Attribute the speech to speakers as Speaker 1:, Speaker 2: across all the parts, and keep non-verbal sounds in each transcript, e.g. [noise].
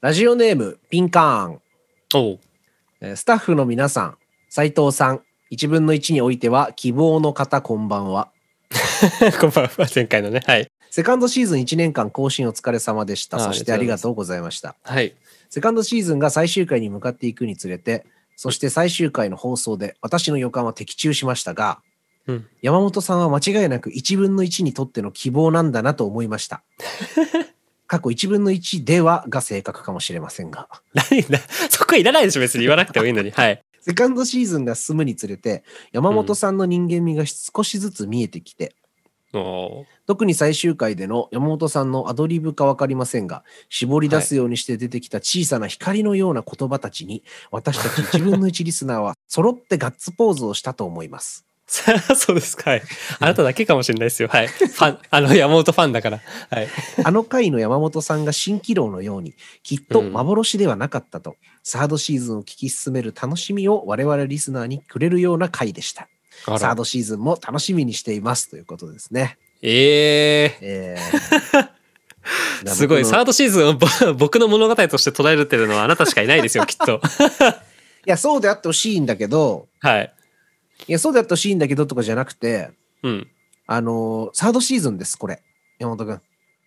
Speaker 1: ラジオネームピンカーン
Speaker 2: お [laughs] う
Speaker 1: えースタッフの皆さん斉藤さん1分の1においては希望の方こんばんは
Speaker 2: こんばんは前回のねはい
Speaker 1: セカンドシーズン1年間更新お疲れ様でした
Speaker 2: あ
Speaker 1: そしてあ
Speaker 2: あ
Speaker 1: り
Speaker 2: り
Speaker 1: が
Speaker 2: が
Speaker 1: とうございました
Speaker 2: はい
Speaker 1: セカンドシーズンが最終回に向かっていくにつれて、そして最終回の放送で私の予感は的中しましたが、
Speaker 2: うん
Speaker 1: 山本さんは間違いなく1分の1にとっての希望なんだなと思いま
Speaker 2: [laughs]
Speaker 1: した。過去1分の1ではが正確かもしれませんが。
Speaker 2: 何だそこいらないでしょ別に言わなくてもいいのにはい
Speaker 1: セカンドシーズンが進むにつれて、山本さんの人間味が少しずつ見えてきて、
Speaker 2: おう
Speaker 1: 特に最終回での山本さんのアドリブか分かりませんが、絞り出すようにして出てきた小さな光のような言葉たちに、私たち1分の1リスナーは揃ってガッツポーズをしたと思い
Speaker 2: [laughs]
Speaker 1: ます。
Speaker 2: さあそうですかはいあなただけかもしれないですよはいファン [laughs] あの山本ファンだからはい
Speaker 1: あの回の山本さんが蜃気楼のように、きっと
Speaker 2: うん
Speaker 1: 幻ではなかったと、サードシーズンを聞き進める楽しみを我々リスナーにくれるような回でした。
Speaker 2: あ
Speaker 1: サー
Speaker 2: ら
Speaker 1: ドシーズンも楽しみにしていますということですね。
Speaker 2: え
Speaker 1: え
Speaker 2: ー、
Speaker 1: ー
Speaker 2: [laughs] すごいサードシーズンを [laughs] ぼ僕の物語として捉えるっていうのはあなたしかいないです [laughs] よきっと
Speaker 1: いや、そうであってほしいんだけど、
Speaker 2: はい
Speaker 1: いや、そうであってほしいんだけどとかじゃなくて、
Speaker 2: うん
Speaker 1: あのーサードシーズンです、これ。山本君。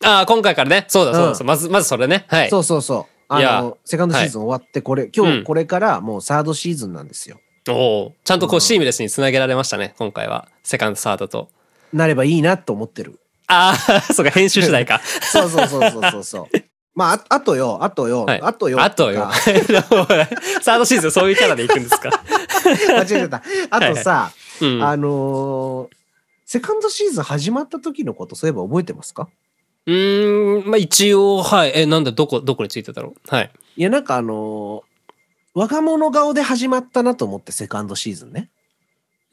Speaker 2: ああ今回からねそうだそうだ、
Speaker 1: うん
Speaker 2: そうまずまずそれねはい
Speaker 1: そうそうそう。あ
Speaker 2: い
Speaker 1: の
Speaker 2: や
Speaker 1: ーセカンドシーズン終わって、これ、今
Speaker 2: う
Speaker 1: 日
Speaker 2: ん
Speaker 1: これからもうサードシーズンなんですよ。
Speaker 2: おおちゃんとこ
Speaker 1: うん
Speaker 2: うシームレスにつなげられましたね今回はセカンドサードと
Speaker 1: なればいいなと思ってる。
Speaker 2: ああ [laughs] そうか編集次第か
Speaker 1: そうそうそうそうそう
Speaker 2: [laughs]
Speaker 1: そう。まあ、ああとよ、あとよ、
Speaker 2: はい
Speaker 1: あとよ。
Speaker 2: あとよ [laughs]
Speaker 1: か
Speaker 2: サードシーズンそういうキャラでいくんですか
Speaker 1: [laughs] 間違え
Speaker 2: [laughs]
Speaker 1: た。あとさ、
Speaker 2: うん
Speaker 1: あのーセカンドシーズン始まった時のこと、そういえば覚えてますか
Speaker 2: うーんまあ一応はいえなんだどこどこについてだろうはい
Speaker 1: いや、なんかあのー若者顔で始まったなと思って、セカンドシーズンね。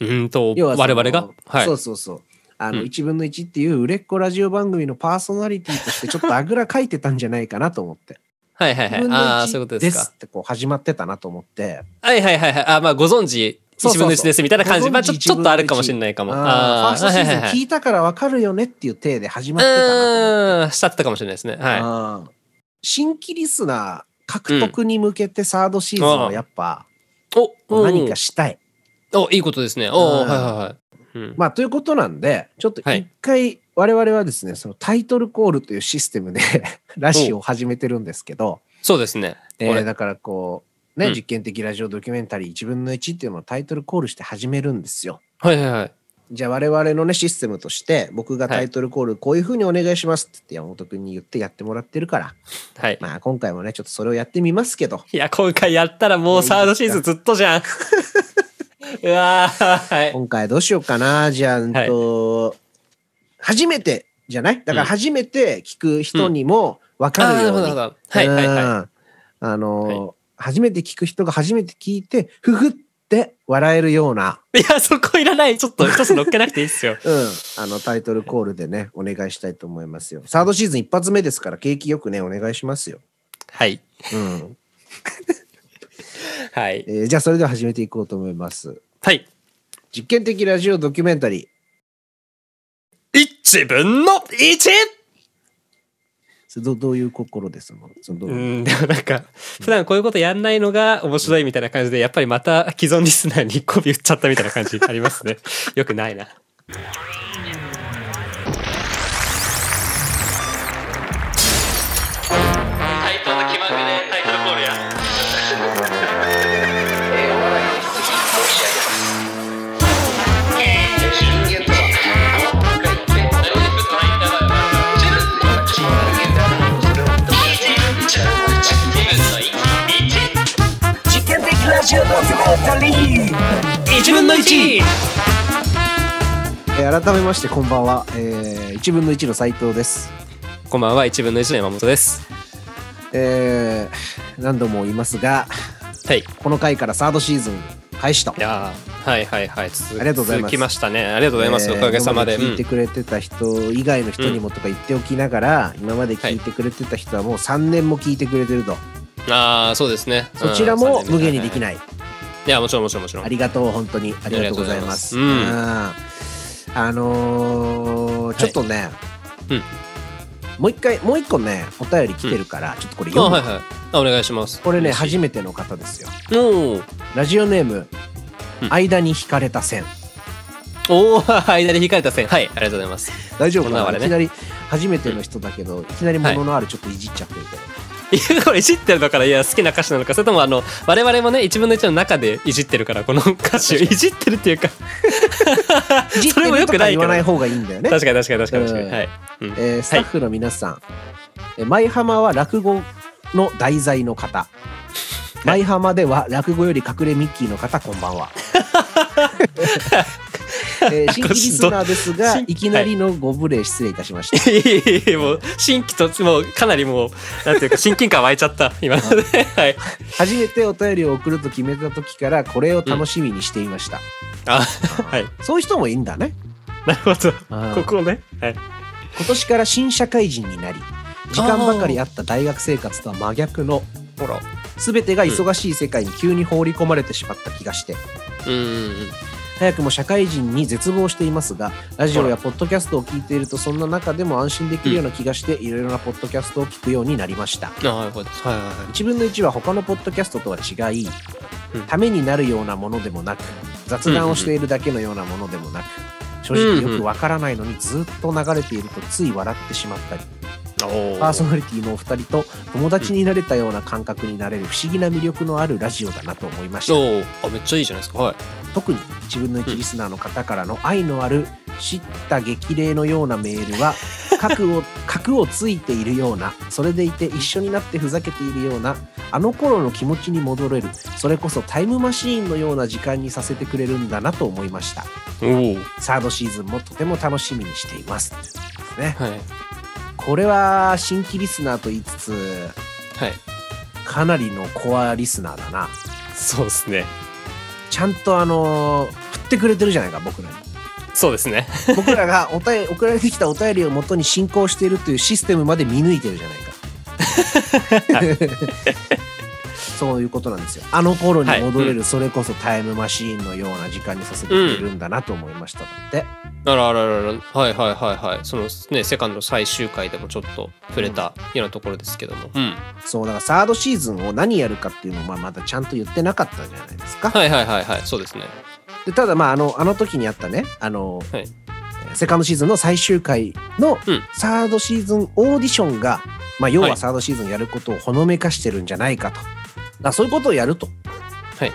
Speaker 2: うーんと
Speaker 1: 要はその
Speaker 2: 我々がはい
Speaker 1: そうそうそうあの、
Speaker 2: うん
Speaker 1: 1分の1っていう売れっ子ラジオ番組のパーソナリティと
Speaker 2: [laughs]
Speaker 1: してちょっとあぐらかいてたんじゃないかなと思って
Speaker 2: はいはいは
Speaker 1: 1
Speaker 2: い
Speaker 1: 分の
Speaker 2: [laughs] ああーそういうこと
Speaker 1: 1
Speaker 2: で
Speaker 1: です
Speaker 2: か
Speaker 1: すってこう始まってたなと思って
Speaker 2: はいはいはいはい。あ、まあご存知、
Speaker 1: そうそ
Speaker 2: 一
Speaker 1: うそう
Speaker 2: 分の一ですみたいな感
Speaker 1: ご存
Speaker 2: じ。
Speaker 1: 知
Speaker 2: まあちょちょっとあるかもしれないかも。
Speaker 1: あーファーストシーズン聞
Speaker 2: い
Speaker 1: いたから分かるよねっていう体で始まってたなと思って
Speaker 2: うーん、しちゃってたかもしれないですね。は
Speaker 1: あー新規リスナー獲得に向けてサードシーズンはやっぱ
Speaker 2: い。お、うん
Speaker 1: 何かしたい、
Speaker 2: お、いいことですね。お
Speaker 1: う
Speaker 2: お、はい
Speaker 1: ん
Speaker 2: はいはいうん。
Speaker 1: まあということなんでちょっと
Speaker 2: は
Speaker 1: 一
Speaker 2: い
Speaker 1: 回我々はですねそのタイトルコールというシステムで [laughs] ラジオを始めてるんですけど、
Speaker 2: そうですね。
Speaker 1: えー
Speaker 2: これ
Speaker 1: だからこうね、
Speaker 2: うん
Speaker 1: 実験的ラジオドキュメンタリー1分の1っていうのをタイトルコールして始めるんですよ。
Speaker 2: はいはいはい。
Speaker 1: じゃあ我々のねシステムとして僕がタイトルコールこういう風にお願いしますって言って山本君に言ってやってもらってるから、
Speaker 2: はい。
Speaker 1: まあ今回もねちょっとそれをやってみますけど
Speaker 2: いや、今回やったらもうサードシーズンずっとじ [laughs] ゃん。うわー、はい。
Speaker 1: 今回どうしようかなじゃあ、うんと初めてじゃないだから
Speaker 2: うん
Speaker 1: 初めて聞く人にも分
Speaker 2: あ
Speaker 1: か
Speaker 2: ー、な
Speaker 1: る
Speaker 2: る
Speaker 1: よ
Speaker 2: ほ
Speaker 1: う
Speaker 2: ど、
Speaker 1: に
Speaker 2: なるほど。はいはいは
Speaker 1: うんあのー
Speaker 2: は。
Speaker 1: 初めて聞く人が初めて聞いてふふって笑えるようない
Speaker 2: いや、そこいらない。ちょっと一つ乗っけなくていいっすよ。
Speaker 1: うん、あのタイトルコールでね、お願いしたいと思いますよ。サードシーズン一発目ですから、景気よくね、お願いしますよ。
Speaker 2: はい。
Speaker 1: うん
Speaker 2: はい
Speaker 1: え。ーじゃあ、それでは始めていこうと思います。
Speaker 2: はい。
Speaker 1: 実験的ラジオドキュメンタリー。
Speaker 2: 一分の一
Speaker 1: それどどういう心ですのそのどう
Speaker 2: うん、でもなんか、普段こういうことやんないのが面白いみたいな感じで、やっぱりまた既存リスナーに媚び売っちゃったみたいな感じあります [laughs] ね。よくないな。対等な気まぐれタイトルコールや。一分の一。
Speaker 1: えー改めまして、こんばんは。え1分の1の斉藤です。
Speaker 2: こんばんは、一分の一の山本です。
Speaker 1: えー何度も言いますが、
Speaker 2: はい。い
Speaker 1: この回からサードシーズン開始と。
Speaker 2: やーはいはいはい。続
Speaker 1: ありがとうございます
Speaker 2: 続きましたね。ありがとうございます。
Speaker 1: え
Speaker 2: お
Speaker 1: ー
Speaker 2: かげさまで。
Speaker 1: 今聞いて
Speaker 2: うん
Speaker 1: くれてた人以外の人にもとか言っておきながら、今まで聞いてくれてた人はもう3年も聞いてくれてると、
Speaker 2: ああ、そうですね。
Speaker 1: そちらも無限にでき
Speaker 2: い。
Speaker 1: ない、
Speaker 2: いや、もちろんもちろんもちろん
Speaker 1: あ。りがとう本当にありがとうございます
Speaker 2: ありがとうござい
Speaker 1: うんあのーのちょっとね、
Speaker 2: うん
Speaker 1: もう一回もう一個ねお便り来てるから、ちょっとこれ
Speaker 2: あ
Speaker 1: 読む、
Speaker 2: はいはいあお願いします
Speaker 1: これね
Speaker 2: 嬉しい
Speaker 1: 初めての方ですよ
Speaker 2: おー
Speaker 1: ラジオネーム、
Speaker 2: うん
Speaker 1: 間に引かれた線
Speaker 2: おー [laughs] 間で引かれた線はいありがとうございます [laughs]
Speaker 1: 大丈夫か
Speaker 2: こんな
Speaker 1: な、
Speaker 2: のね
Speaker 1: いきなり初めての人だけど、いきなりもののあるちょっといじっちゃってるけど、
Speaker 2: いやこれいじってるのからいや好きな歌詞なのかそれともあの我々もね1分の1の中でいじってるからこの歌詞をいじってるっていうか
Speaker 1: [laughs] い、じって
Speaker 2: それも良
Speaker 1: ると
Speaker 2: くな
Speaker 1: か
Speaker 2: い
Speaker 1: 言
Speaker 2: けど
Speaker 1: わない方がいいんだよね、
Speaker 2: 確かに確かに確かに確かに
Speaker 1: うん
Speaker 2: はい、うん
Speaker 1: えースタッフの皆さん、えー舞浜は落語の題材の
Speaker 2: [laughs]
Speaker 1: 方舞浜では落語より隠れミッキーの方こんば
Speaker 2: [laughs]
Speaker 1: んは、えー新規リスナーですが
Speaker 2: 新
Speaker 1: いきなりのご無礼失礼いたしました
Speaker 2: いやい [laughs] やいやもう新規ともうかなりもうなんていうか親近感湧いちゃった今ので [laughs] はい
Speaker 1: 初めてお便りを送ると決めた時からこれを楽しみにしていました、
Speaker 2: あはい
Speaker 1: そういう人もいいんだね
Speaker 2: なるほどこ
Speaker 1: こ
Speaker 2: こねはい
Speaker 1: 今年から新社会人になり時間ばかりあった大学生活とは真逆の
Speaker 2: ほら
Speaker 1: 全てが忙しい世界に急に放り込まれてしまった気がして
Speaker 2: うんうんうん
Speaker 1: 早くも社会人に絶望していますがラジオやポッドキャストを聞いているとそんな中でも安心できるような気がして、いろいろなポッドキャストを聞くようになりました
Speaker 2: あはいはいは
Speaker 1: 1分の1は他のポッドキャストとは違い、
Speaker 2: うん
Speaker 1: ためになるようなものでもなく雑談をしているだけのようなものでもなく、正直よくわからないのにずっと流れているとつい笑ってしまったり、
Speaker 2: いはいお
Speaker 1: パー
Speaker 2: ー
Speaker 1: ソナリティのお二人と友達になれたような感覚になれる不思議な魅力のあるラジオだなと思いました
Speaker 2: おーあめっちゃいいじゃないですかはい
Speaker 1: 特に1分の1リスナーの方からの愛のある叱咤激励のようなメールは核を核をついているようなそれでいて一緒になってふざけているようなあの頃の気持ちに戻れるそれこそタイムマシーンのような時間にさせてくれるんだなと思いました
Speaker 2: おお
Speaker 1: サードシーズンもとても楽しみにしていますね
Speaker 2: はい
Speaker 1: これは新規リスナーと言いつつ
Speaker 2: はい
Speaker 1: かなりのコアリスナーだな
Speaker 2: そうですね
Speaker 1: ちゃんとあのー振ってくれてるじゃないか僕らに
Speaker 2: そうですね
Speaker 1: 僕ら
Speaker 2: [laughs]
Speaker 1: がお便り送られてきたお便りをもとに進行しているというシステムまで見抜いてるじゃないか。そういうことなんですよ。あの頃に戻れ
Speaker 2: はい
Speaker 1: る、それこそタイムマシーンのような時間にさせてくれるんだなと思いましたって。
Speaker 2: あらあらあらあらはいはいはいはいそのねセカンド最終回でもちょっと触れたようなところですけども、うん、
Speaker 1: そう、だからサードシーズンを何やるかっていうのもまあまだちゃんと言ってなかったじゃないですか。
Speaker 2: はいはいはいはいそうですね
Speaker 1: でただまああの、あの時にあったね、あの、
Speaker 2: はい
Speaker 1: えーセカンドシーズンの最終回の
Speaker 2: うん
Speaker 1: サードシーズンオーディションが、まあ、要
Speaker 2: は
Speaker 1: はいサードシーズンやることをほのめかしてるんじゃないかと。だからそういうことをやると。
Speaker 2: はい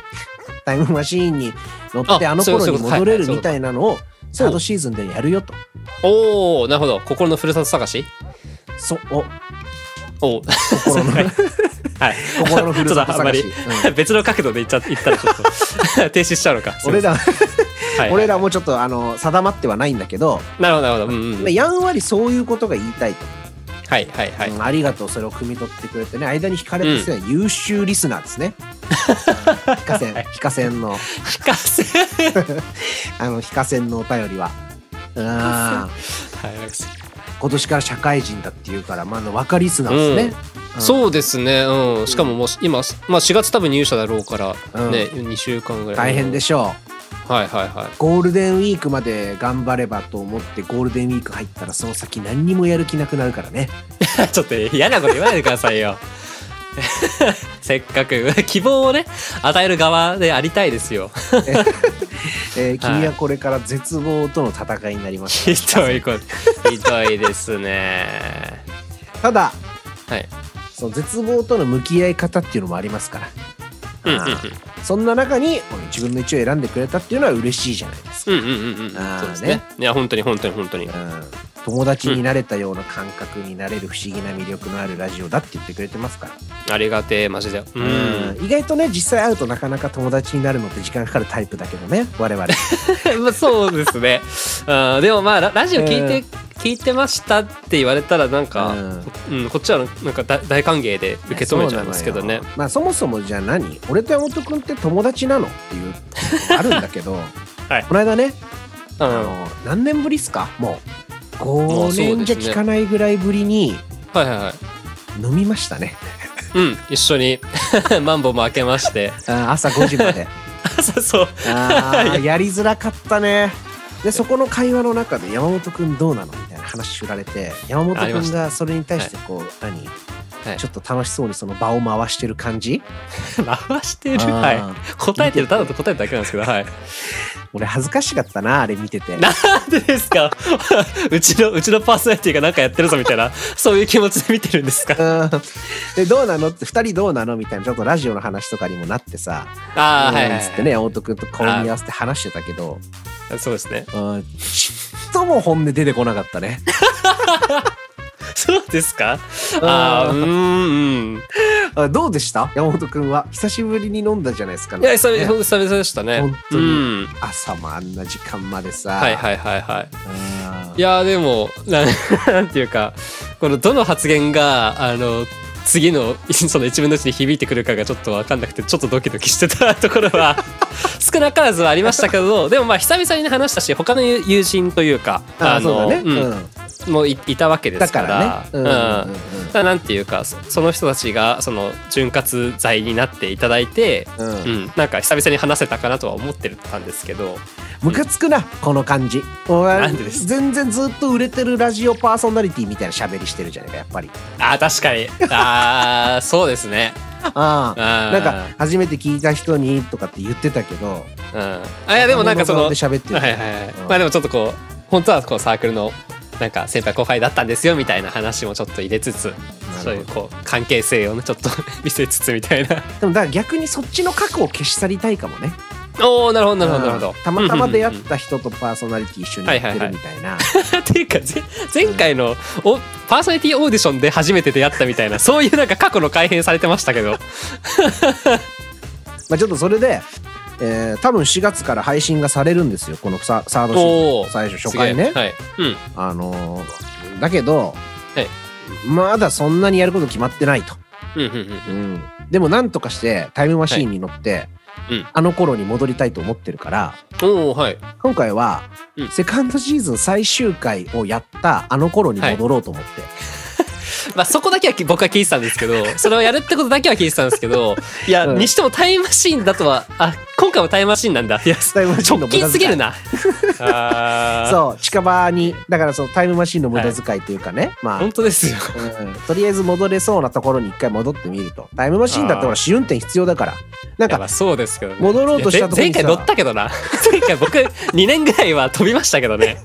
Speaker 1: タイムマシーンに乗って
Speaker 2: あ
Speaker 1: あの
Speaker 2: そういう
Speaker 1: 頃
Speaker 2: そう
Speaker 1: に
Speaker 2: いうことはい
Speaker 1: 戻れる
Speaker 2: はい
Speaker 1: みたいなのをサードシーズンでやるよと。
Speaker 2: おおなるほど心のふるさと探し
Speaker 1: そう、お
Speaker 2: おお [laughs]
Speaker 1: 心の、
Speaker 2: はい
Speaker 1: 心のふるさと
Speaker 2: [laughs] ちょっとあんま
Speaker 1: 探
Speaker 2: り
Speaker 1: し。うん
Speaker 2: [laughs] 別の角度で言っちゃ言ったらちょっと [laughs] 停止しちゃうのか
Speaker 1: 俺ら、
Speaker 2: すいませんはい
Speaker 1: 俺らもちょっとあの定まってはないんだけど、
Speaker 2: なるほどなるほどうんうん
Speaker 1: まあやんわりそういうことが言いたいと、
Speaker 2: はいはい [laughs] はい
Speaker 1: うんありがとうそれを汲み取ってくれてね間に引かれてるのは優秀リスナーです [laughs] ね。ヒカセン、ヒカセンの
Speaker 2: 引かせ
Speaker 1: あの、非課線のお便りは。うん
Speaker 2: はいなんかせ
Speaker 1: 今年から社会人だっていうから、まあ、あの若リスナーですね。うん
Speaker 2: そうですねうんしかももう今まあ4月多分入社だろうから
Speaker 1: うん
Speaker 2: ね2週間ぐらい
Speaker 1: 大変で
Speaker 2: し
Speaker 1: しょ。
Speaker 2: はいはいはいう
Speaker 1: ゴールデンウィークまで頑張ればと思って、ゴールデンウィーク入ったら、その先何にもやる気なくなるから [laughs] ね。
Speaker 2: [laughs] ちょっと嫌なこと言わないでください [laughs] よ。せっかく希望をね与える側でありたいですよ。
Speaker 1: えー君はこれから絶望との戦いになります。
Speaker 2: ひどいこと [laughs] ひどいですね。
Speaker 1: ただ、
Speaker 2: はい。
Speaker 1: その絶望との向き合い方っていうのもありますから。
Speaker 2: うん
Speaker 1: あーそんな中に、この自分の位置を選んでくれたっていうのは嬉しいじゃないですか。
Speaker 2: うんうんうんうんうん
Speaker 1: あー
Speaker 2: そうですね
Speaker 1: ね。
Speaker 2: いや本当に本当に本当に。
Speaker 1: うん友達になれたような感覚になれる不思議な魅力のあるラジオだって言ってくれてますから。
Speaker 2: ありがてえマジで。う
Speaker 1: うん
Speaker 2: ん。
Speaker 1: 意外とね実際会うとなかなか友達になるのって時間かかるタイプだけどね我々
Speaker 2: まあ [laughs] そうですね。あーでもまあララジオ聞いて、聞いてましたって言われたらなんか、うん、こっちはなんか大大歓迎で受け止めちゃいますけど
Speaker 1: そう
Speaker 2: ね
Speaker 1: なの。よまあそもそもじゃあ何俺と山本君って友達なのっていうのがあるんだけど、
Speaker 2: [laughs] はい
Speaker 1: この間ね、
Speaker 2: う
Speaker 1: あ
Speaker 2: ん。は
Speaker 1: の何年ぶりっすかもう
Speaker 2: も
Speaker 1: 5
Speaker 2: うそう
Speaker 1: 年
Speaker 2: で
Speaker 1: じ
Speaker 2: す
Speaker 1: ゃ聞
Speaker 2: ね
Speaker 1: かないぐらいぶりに
Speaker 2: いはいはい。
Speaker 1: 飲みましたね
Speaker 2: うん、一緒に [laughs] マンボウも開けまして。 [laughs]
Speaker 1: あー朝5時まで
Speaker 2: そうそう。
Speaker 1: あーやりづらかったねでそこの会話の中で山本君どうなのみたいな話振られて山本
Speaker 2: ありま
Speaker 1: 君
Speaker 2: し
Speaker 1: がそれに対してこう、何、
Speaker 2: はい
Speaker 1: ちょっと楽しそうにその場を回してる感じ、
Speaker 2: 回し
Speaker 1: [laughs]
Speaker 2: てる。
Speaker 1: あ
Speaker 2: は
Speaker 1: ー
Speaker 2: い。答えてる、ただと答えただけなんですけど、はい。
Speaker 1: 俺恥ずかしかったなあれ見てて
Speaker 2: なんでですかうちの、うちのパーソナリティがなんかやってるぞみたいな、そういう気持ちで見てるんですか
Speaker 1: うん [laughs] でどうなのって2人どうなのみたいなちょっとラジオの話とかにもなってさ
Speaker 2: ああ、はい、
Speaker 1: うん
Speaker 2: は
Speaker 1: つっ
Speaker 2: い。
Speaker 1: てね山本君と顔見合わせて話してたけど
Speaker 2: そうですね。
Speaker 1: うんちっとも本音出てこなかったね。 [laughs]
Speaker 2: そうですかああ、うーん。うん
Speaker 1: あどうでした山本君は久しぶりに飲んだじゃないですか、
Speaker 2: いや、久
Speaker 1: ね
Speaker 2: 々、久々でしたね。
Speaker 1: 本当に
Speaker 2: うん。
Speaker 1: 朝もあんな時間までさ、
Speaker 2: はいはいはいはい。
Speaker 1: うん
Speaker 2: いやーでもなん [laughs] なんていうかこのどの発言があの次のその一文のうちに響いてくるかがちょっと分かんなくてちょっとドキドキしてたところは [laughs] 少なからずはありましたけどでもまあ久々に話したし他の友友人というか
Speaker 1: あ
Speaker 2: の
Speaker 1: そうだね、うん
Speaker 2: うんもういいたわけで
Speaker 1: だ
Speaker 2: すか
Speaker 1: かららね、うんうんうん
Speaker 2: うんだからなんていうかそその人たちがその潤滑剤になっていただいて、
Speaker 1: うん
Speaker 2: うんなんか久々に話せたかなとは思ってたんですけど
Speaker 1: ムカつくなこの感じお前
Speaker 2: なんでです
Speaker 1: 全然ずっと売れてるラジオパーソナリティみたいな喋りしてるじゃないかやっぱり
Speaker 2: あー確かにあーそうですね
Speaker 1: ああ
Speaker 2: な
Speaker 1: なんか初めて聞いた人にとかって言ってたけど
Speaker 2: うん、あいやでもなんかその
Speaker 1: で喋ってる、
Speaker 2: はいはいはい
Speaker 1: うん
Speaker 2: まあでもちょっとこう本当はこうサークルのなんか先輩後輩だったんですよみたいな話もちょっと入れつつ
Speaker 1: ほど
Speaker 2: そういうこう関係性をねちょっと [laughs] 見せつつみたい
Speaker 1: [laughs]
Speaker 2: な
Speaker 1: でもだから逆にそっちの過去を消し去りたいかもね
Speaker 2: おおなるほどなるほどなるほ
Speaker 1: う
Speaker 2: ど
Speaker 1: んたまたま出会っ
Speaker 2: うんうん [laughs]
Speaker 1: た人とパーソナリティ一緒にやってるみたいな、
Speaker 2: うんっていうかぜ前回のおパーソナリティオーディションで初めて出会ったみたいなそういうなんか過去の改変されてました
Speaker 1: [laughs]
Speaker 2: けど
Speaker 1: まあ、ちょっとそれで、えー多分4月から配信がされるんですよこのササードシー
Speaker 2: お
Speaker 1: ズ
Speaker 2: お
Speaker 1: ン最初初回ね、
Speaker 2: はいうん
Speaker 1: あのーだけど、
Speaker 2: はい
Speaker 1: まだそんなにやること決まってないと、
Speaker 2: うんうんうん
Speaker 1: うん、でもなんとかしてタイムマシーンに乗って、
Speaker 2: いうん
Speaker 1: あの頃に戻りたいと思ってるから
Speaker 2: おおはい
Speaker 1: 今回は、
Speaker 2: うん
Speaker 1: セカンドシーズン最終回をやったあの頃に戻ろうと思って、
Speaker 2: まあそこだけはき僕は聞いてたんです
Speaker 1: [laughs]
Speaker 2: けど、それをやるってことだけは聞いてたんですけど、いや、
Speaker 1: うん
Speaker 2: にしてもタイムマシーンだとは、あ、今回もタイムマシーンなんだ。いや、
Speaker 1: タイムマシーンの無駄
Speaker 2: 直
Speaker 1: 遣い
Speaker 2: 近すぎるな。あ
Speaker 1: そう近場にだからそのタイムマシーンの無駄遣いというかね、ま
Speaker 2: う
Speaker 1: あ
Speaker 2: 本当ですよ。
Speaker 1: うんとりあえず戻れそうなところに一回戻ってみるとタイムマシーンだってほら試運転必要だからなん
Speaker 2: いやま
Speaker 1: か
Speaker 2: あそうですけどね。
Speaker 1: 戻ろうとしたところに
Speaker 2: いやぜ前回乗ったけどな。 [laughs] 前回僕2年ぐらいは飛びましたけどね。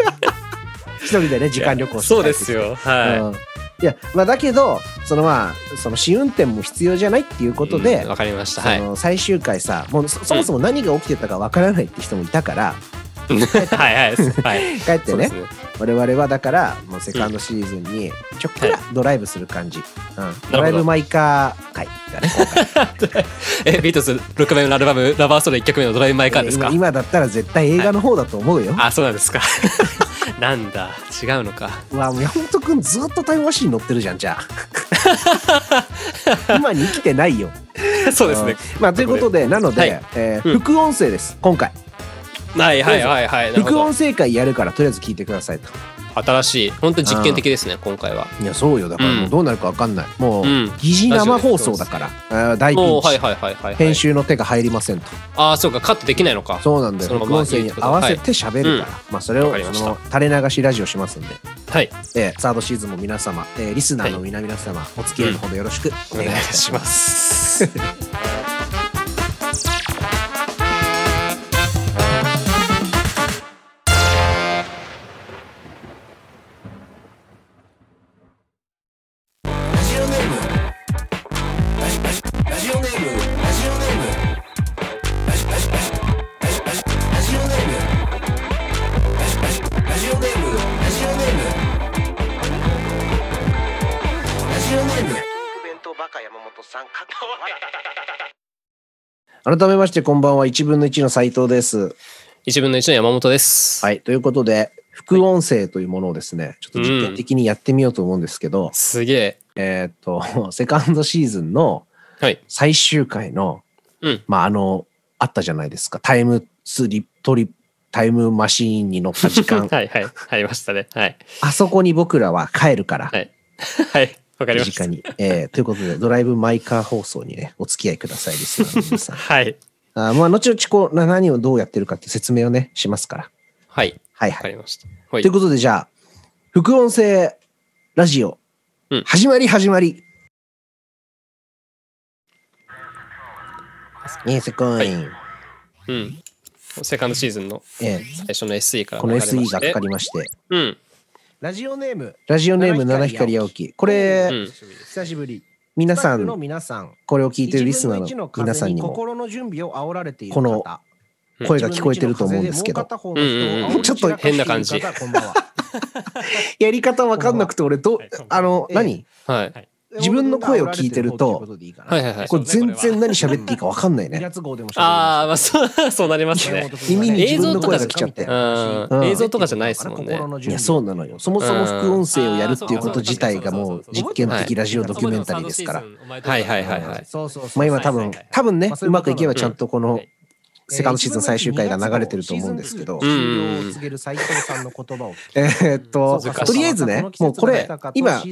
Speaker 1: 一人でね時間旅行して
Speaker 2: そうですよ。
Speaker 1: 帰ってきて、
Speaker 2: は
Speaker 1: うんいやまあだけどそのまあその試運転も必要じゃないっていう
Speaker 2: い。
Speaker 1: ことで、
Speaker 2: うんわかりました。
Speaker 1: そ
Speaker 2: はい。
Speaker 1: の最終回さもうそそもそも何が起きてたかわからないって人もいたから
Speaker 2: はいはい。はい。
Speaker 1: 帰って
Speaker 2: そうで
Speaker 1: ね
Speaker 2: すね。
Speaker 1: 我々はだからもうセカンドシーズンにちょっくらドライブする感じ、うん、ドライブ・マイ・カー会だね今回
Speaker 2: え、ビートルズ6枚目のアルバム、ラバーソロ1曲目のドライブ・マイ・カーですか
Speaker 1: 今今だったら絶対映画の方だと思うよ、
Speaker 2: あ、そうなんですか。 [laughs] なんだ、違うのか。
Speaker 1: うわもう山本君ずっとタイムマシーン乗ってるじゃんじゃあ今に生きてないよ
Speaker 2: [laughs] そうですね。
Speaker 1: まあということでなので、
Speaker 2: はい
Speaker 1: えー
Speaker 2: うん
Speaker 1: 副音声です今回
Speaker 2: はいはいはいはい。なるほ
Speaker 1: 副
Speaker 2: ど
Speaker 1: 音声会やるからとりあえず聞いてくださいと
Speaker 2: 新しい、本当に実験的ですね、今回は。
Speaker 1: いやそうよだから
Speaker 2: うん
Speaker 1: もうどうなるか分かんない、もう、
Speaker 2: うん
Speaker 1: 疑似生放送だからあー大ピンチ、
Speaker 2: もうはいはいはいはいはい。
Speaker 1: 編。集の手が入りませんと
Speaker 2: ああ、そうか、カットできないのか。
Speaker 1: そうなんだよ
Speaker 2: そのま
Speaker 1: 副
Speaker 2: ま
Speaker 1: 音声に合わせて喋るから、
Speaker 2: は
Speaker 1: まあそれを
Speaker 2: わかりまし
Speaker 1: そ
Speaker 2: た
Speaker 1: の垂れ流しラジオしますんで、
Speaker 2: はい。
Speaker 1: えーサードシーズンも皆様、えーリスナーの皆々様、お付き合いのほどよろしくお
Speaker 2: お
Speaker 1: 願い
Speaker 2: 願
Speaker 1: い
Speaker 2: い
Speaker 1: たし
Speaker 2: し
Speaker 1: ま
Speaker 2: ますす。
Speaker 3: ラジオネームラジラジラジオネームラジオネームラジラジラジラジラジオネームラジラジラジオネームラジオネームラジオネーム
Speaker 1: 弁当バカ山本さん [laughs] 改めましてこんばんは1分の1の斉藤です。
Speaker 2: 一分の一の山本です。
Speaker 1: はいということで副音声というものをですねちょっと実験的にやってみようと思うんですけど、
Speaker 2: すげえ。
Speaker 1: えーっと [laughs] セカンドシーズンの
Speaker 2: はい。
Speaker 1: 最終回の
Speaker 2: うん。
Speaker 1: まああのあったじゃないですかタイムスリットリタイムマシーンに乗った時
Speaker 2: [laughs]
Speaker 1: 間
Speaker 2: はいはい。ありましたね。はい。
Speaker 1: あそこに僕らは帰るから。
Speaker 2: はい。 [laughs] はい。わかりま
Speaker 1: 身
Speaker 2: した
Speaker 1: 近。に、えーということで、ドライブ・マイ・カー放送にね、お付き合いください、リスナーの皆さん。 [laughs]
Speaker 2: はい。
Speaker 1: あーまあ、後々こう、な何をどうやってるかっていう説明をね、しますから。
Speaker 2: はい。
Speaker 1: はい
Speaker 2: わ
Speaker 1: は
Speaker 2: か
Speaker 1: い。
Speaker 2: りました。はい
Speaker 1: という。ことで、じゃあ、副音声ラジオ、
Speaker 2: うん
Speaker 1: 始まり始まり。ええ、すごい。
Speaker 2: うん。セカンドシーズンの
Speaker 1: ええ、
Speaker 2: 最初の SE から
Speaker 1: この
Speaker 2: 流れま
Speaker 1: SE
Speaker 2: し
Speaker 1: がか
Speaker 2: て
Speaker 1: かりまして。
Speaker 2: うん。
Speaker 1: ラジオネーム。ラジオネーム、七光青木。これ、
Speaker 2: うん
Speaker 1: 久しぶり。皆さん、
Speaker 4: 皆さん、
Speaker 1: これを聞いてるリス
Speaker 4: 1
Speaker 1: ナ
Speaker 4: 分の
Speaker 1: ーの
Speaker 4: 1の
Speaker 1: 皆さ
Speaker 4: 風
Speaker 1: んに
Speaker 4: に
Speaker 1: も
Speaker 4: 心の準備を煽られている
Speaker 1: こ
Speaker 4: 方
Speaker 1: の声が聞こえてると思うんですけど、
Speaker 4: うん
Speaker 2: うんうん
Speaker 1: うんちょっと
Speaker 2: 変な感じ
Speaker 1: [laughs] やり方わかんなくて、俺、どう
Speaker 5: はい、
Speaker 1: あの、
Speaker 4: ええ
Speaker 1: 何
Speaker 2: はい。
Speaker 1: 自分の声を聞いてると
Speaker 2: はいはいはい。
Speaker 1: これ全然何喋っていいかわかんない
Speaker 4: 2
Speaker 1: ね。
Speaker 4: 月号でも喋りました
Speaker 2: ああ、まあそう、 [laughs] そうなりますね。
Speaker 1: 耳に
Speaker 2: 自分の声
Speaker 1: が来ちゃって
Speaker 2: うん
Speaker 1: 映
Speaker 2: 像とかじゃないですもんね
Speaker 1: いや、そうなのよ。そもそも副音声をやるっていうこと自体がもう実験的ラジオドキュメンタリーですから。
Speaker 2: はいはいはいはい。
Speaker 4: そうそうそう
Speaker 1: まあ今多分、多分ね
Speaker 4: まあ、そ
Speaker 1: う
Speaker 4: ういうこ
Speaker 1: ま
Speaker 4: と
Speaker 1: くいけば
Speaker 2: だ
Speaker 1: ちゃんとこのセカンドシーズン最終回が流れてると思うんですけど
Speaker 4: シーズン2終了を告げる斉藤さんの言葉を聞き
Speaker 1: えーっと、
Speaker 2: そうか
Speaker 1: とりあえずね、もうこれ、今、こ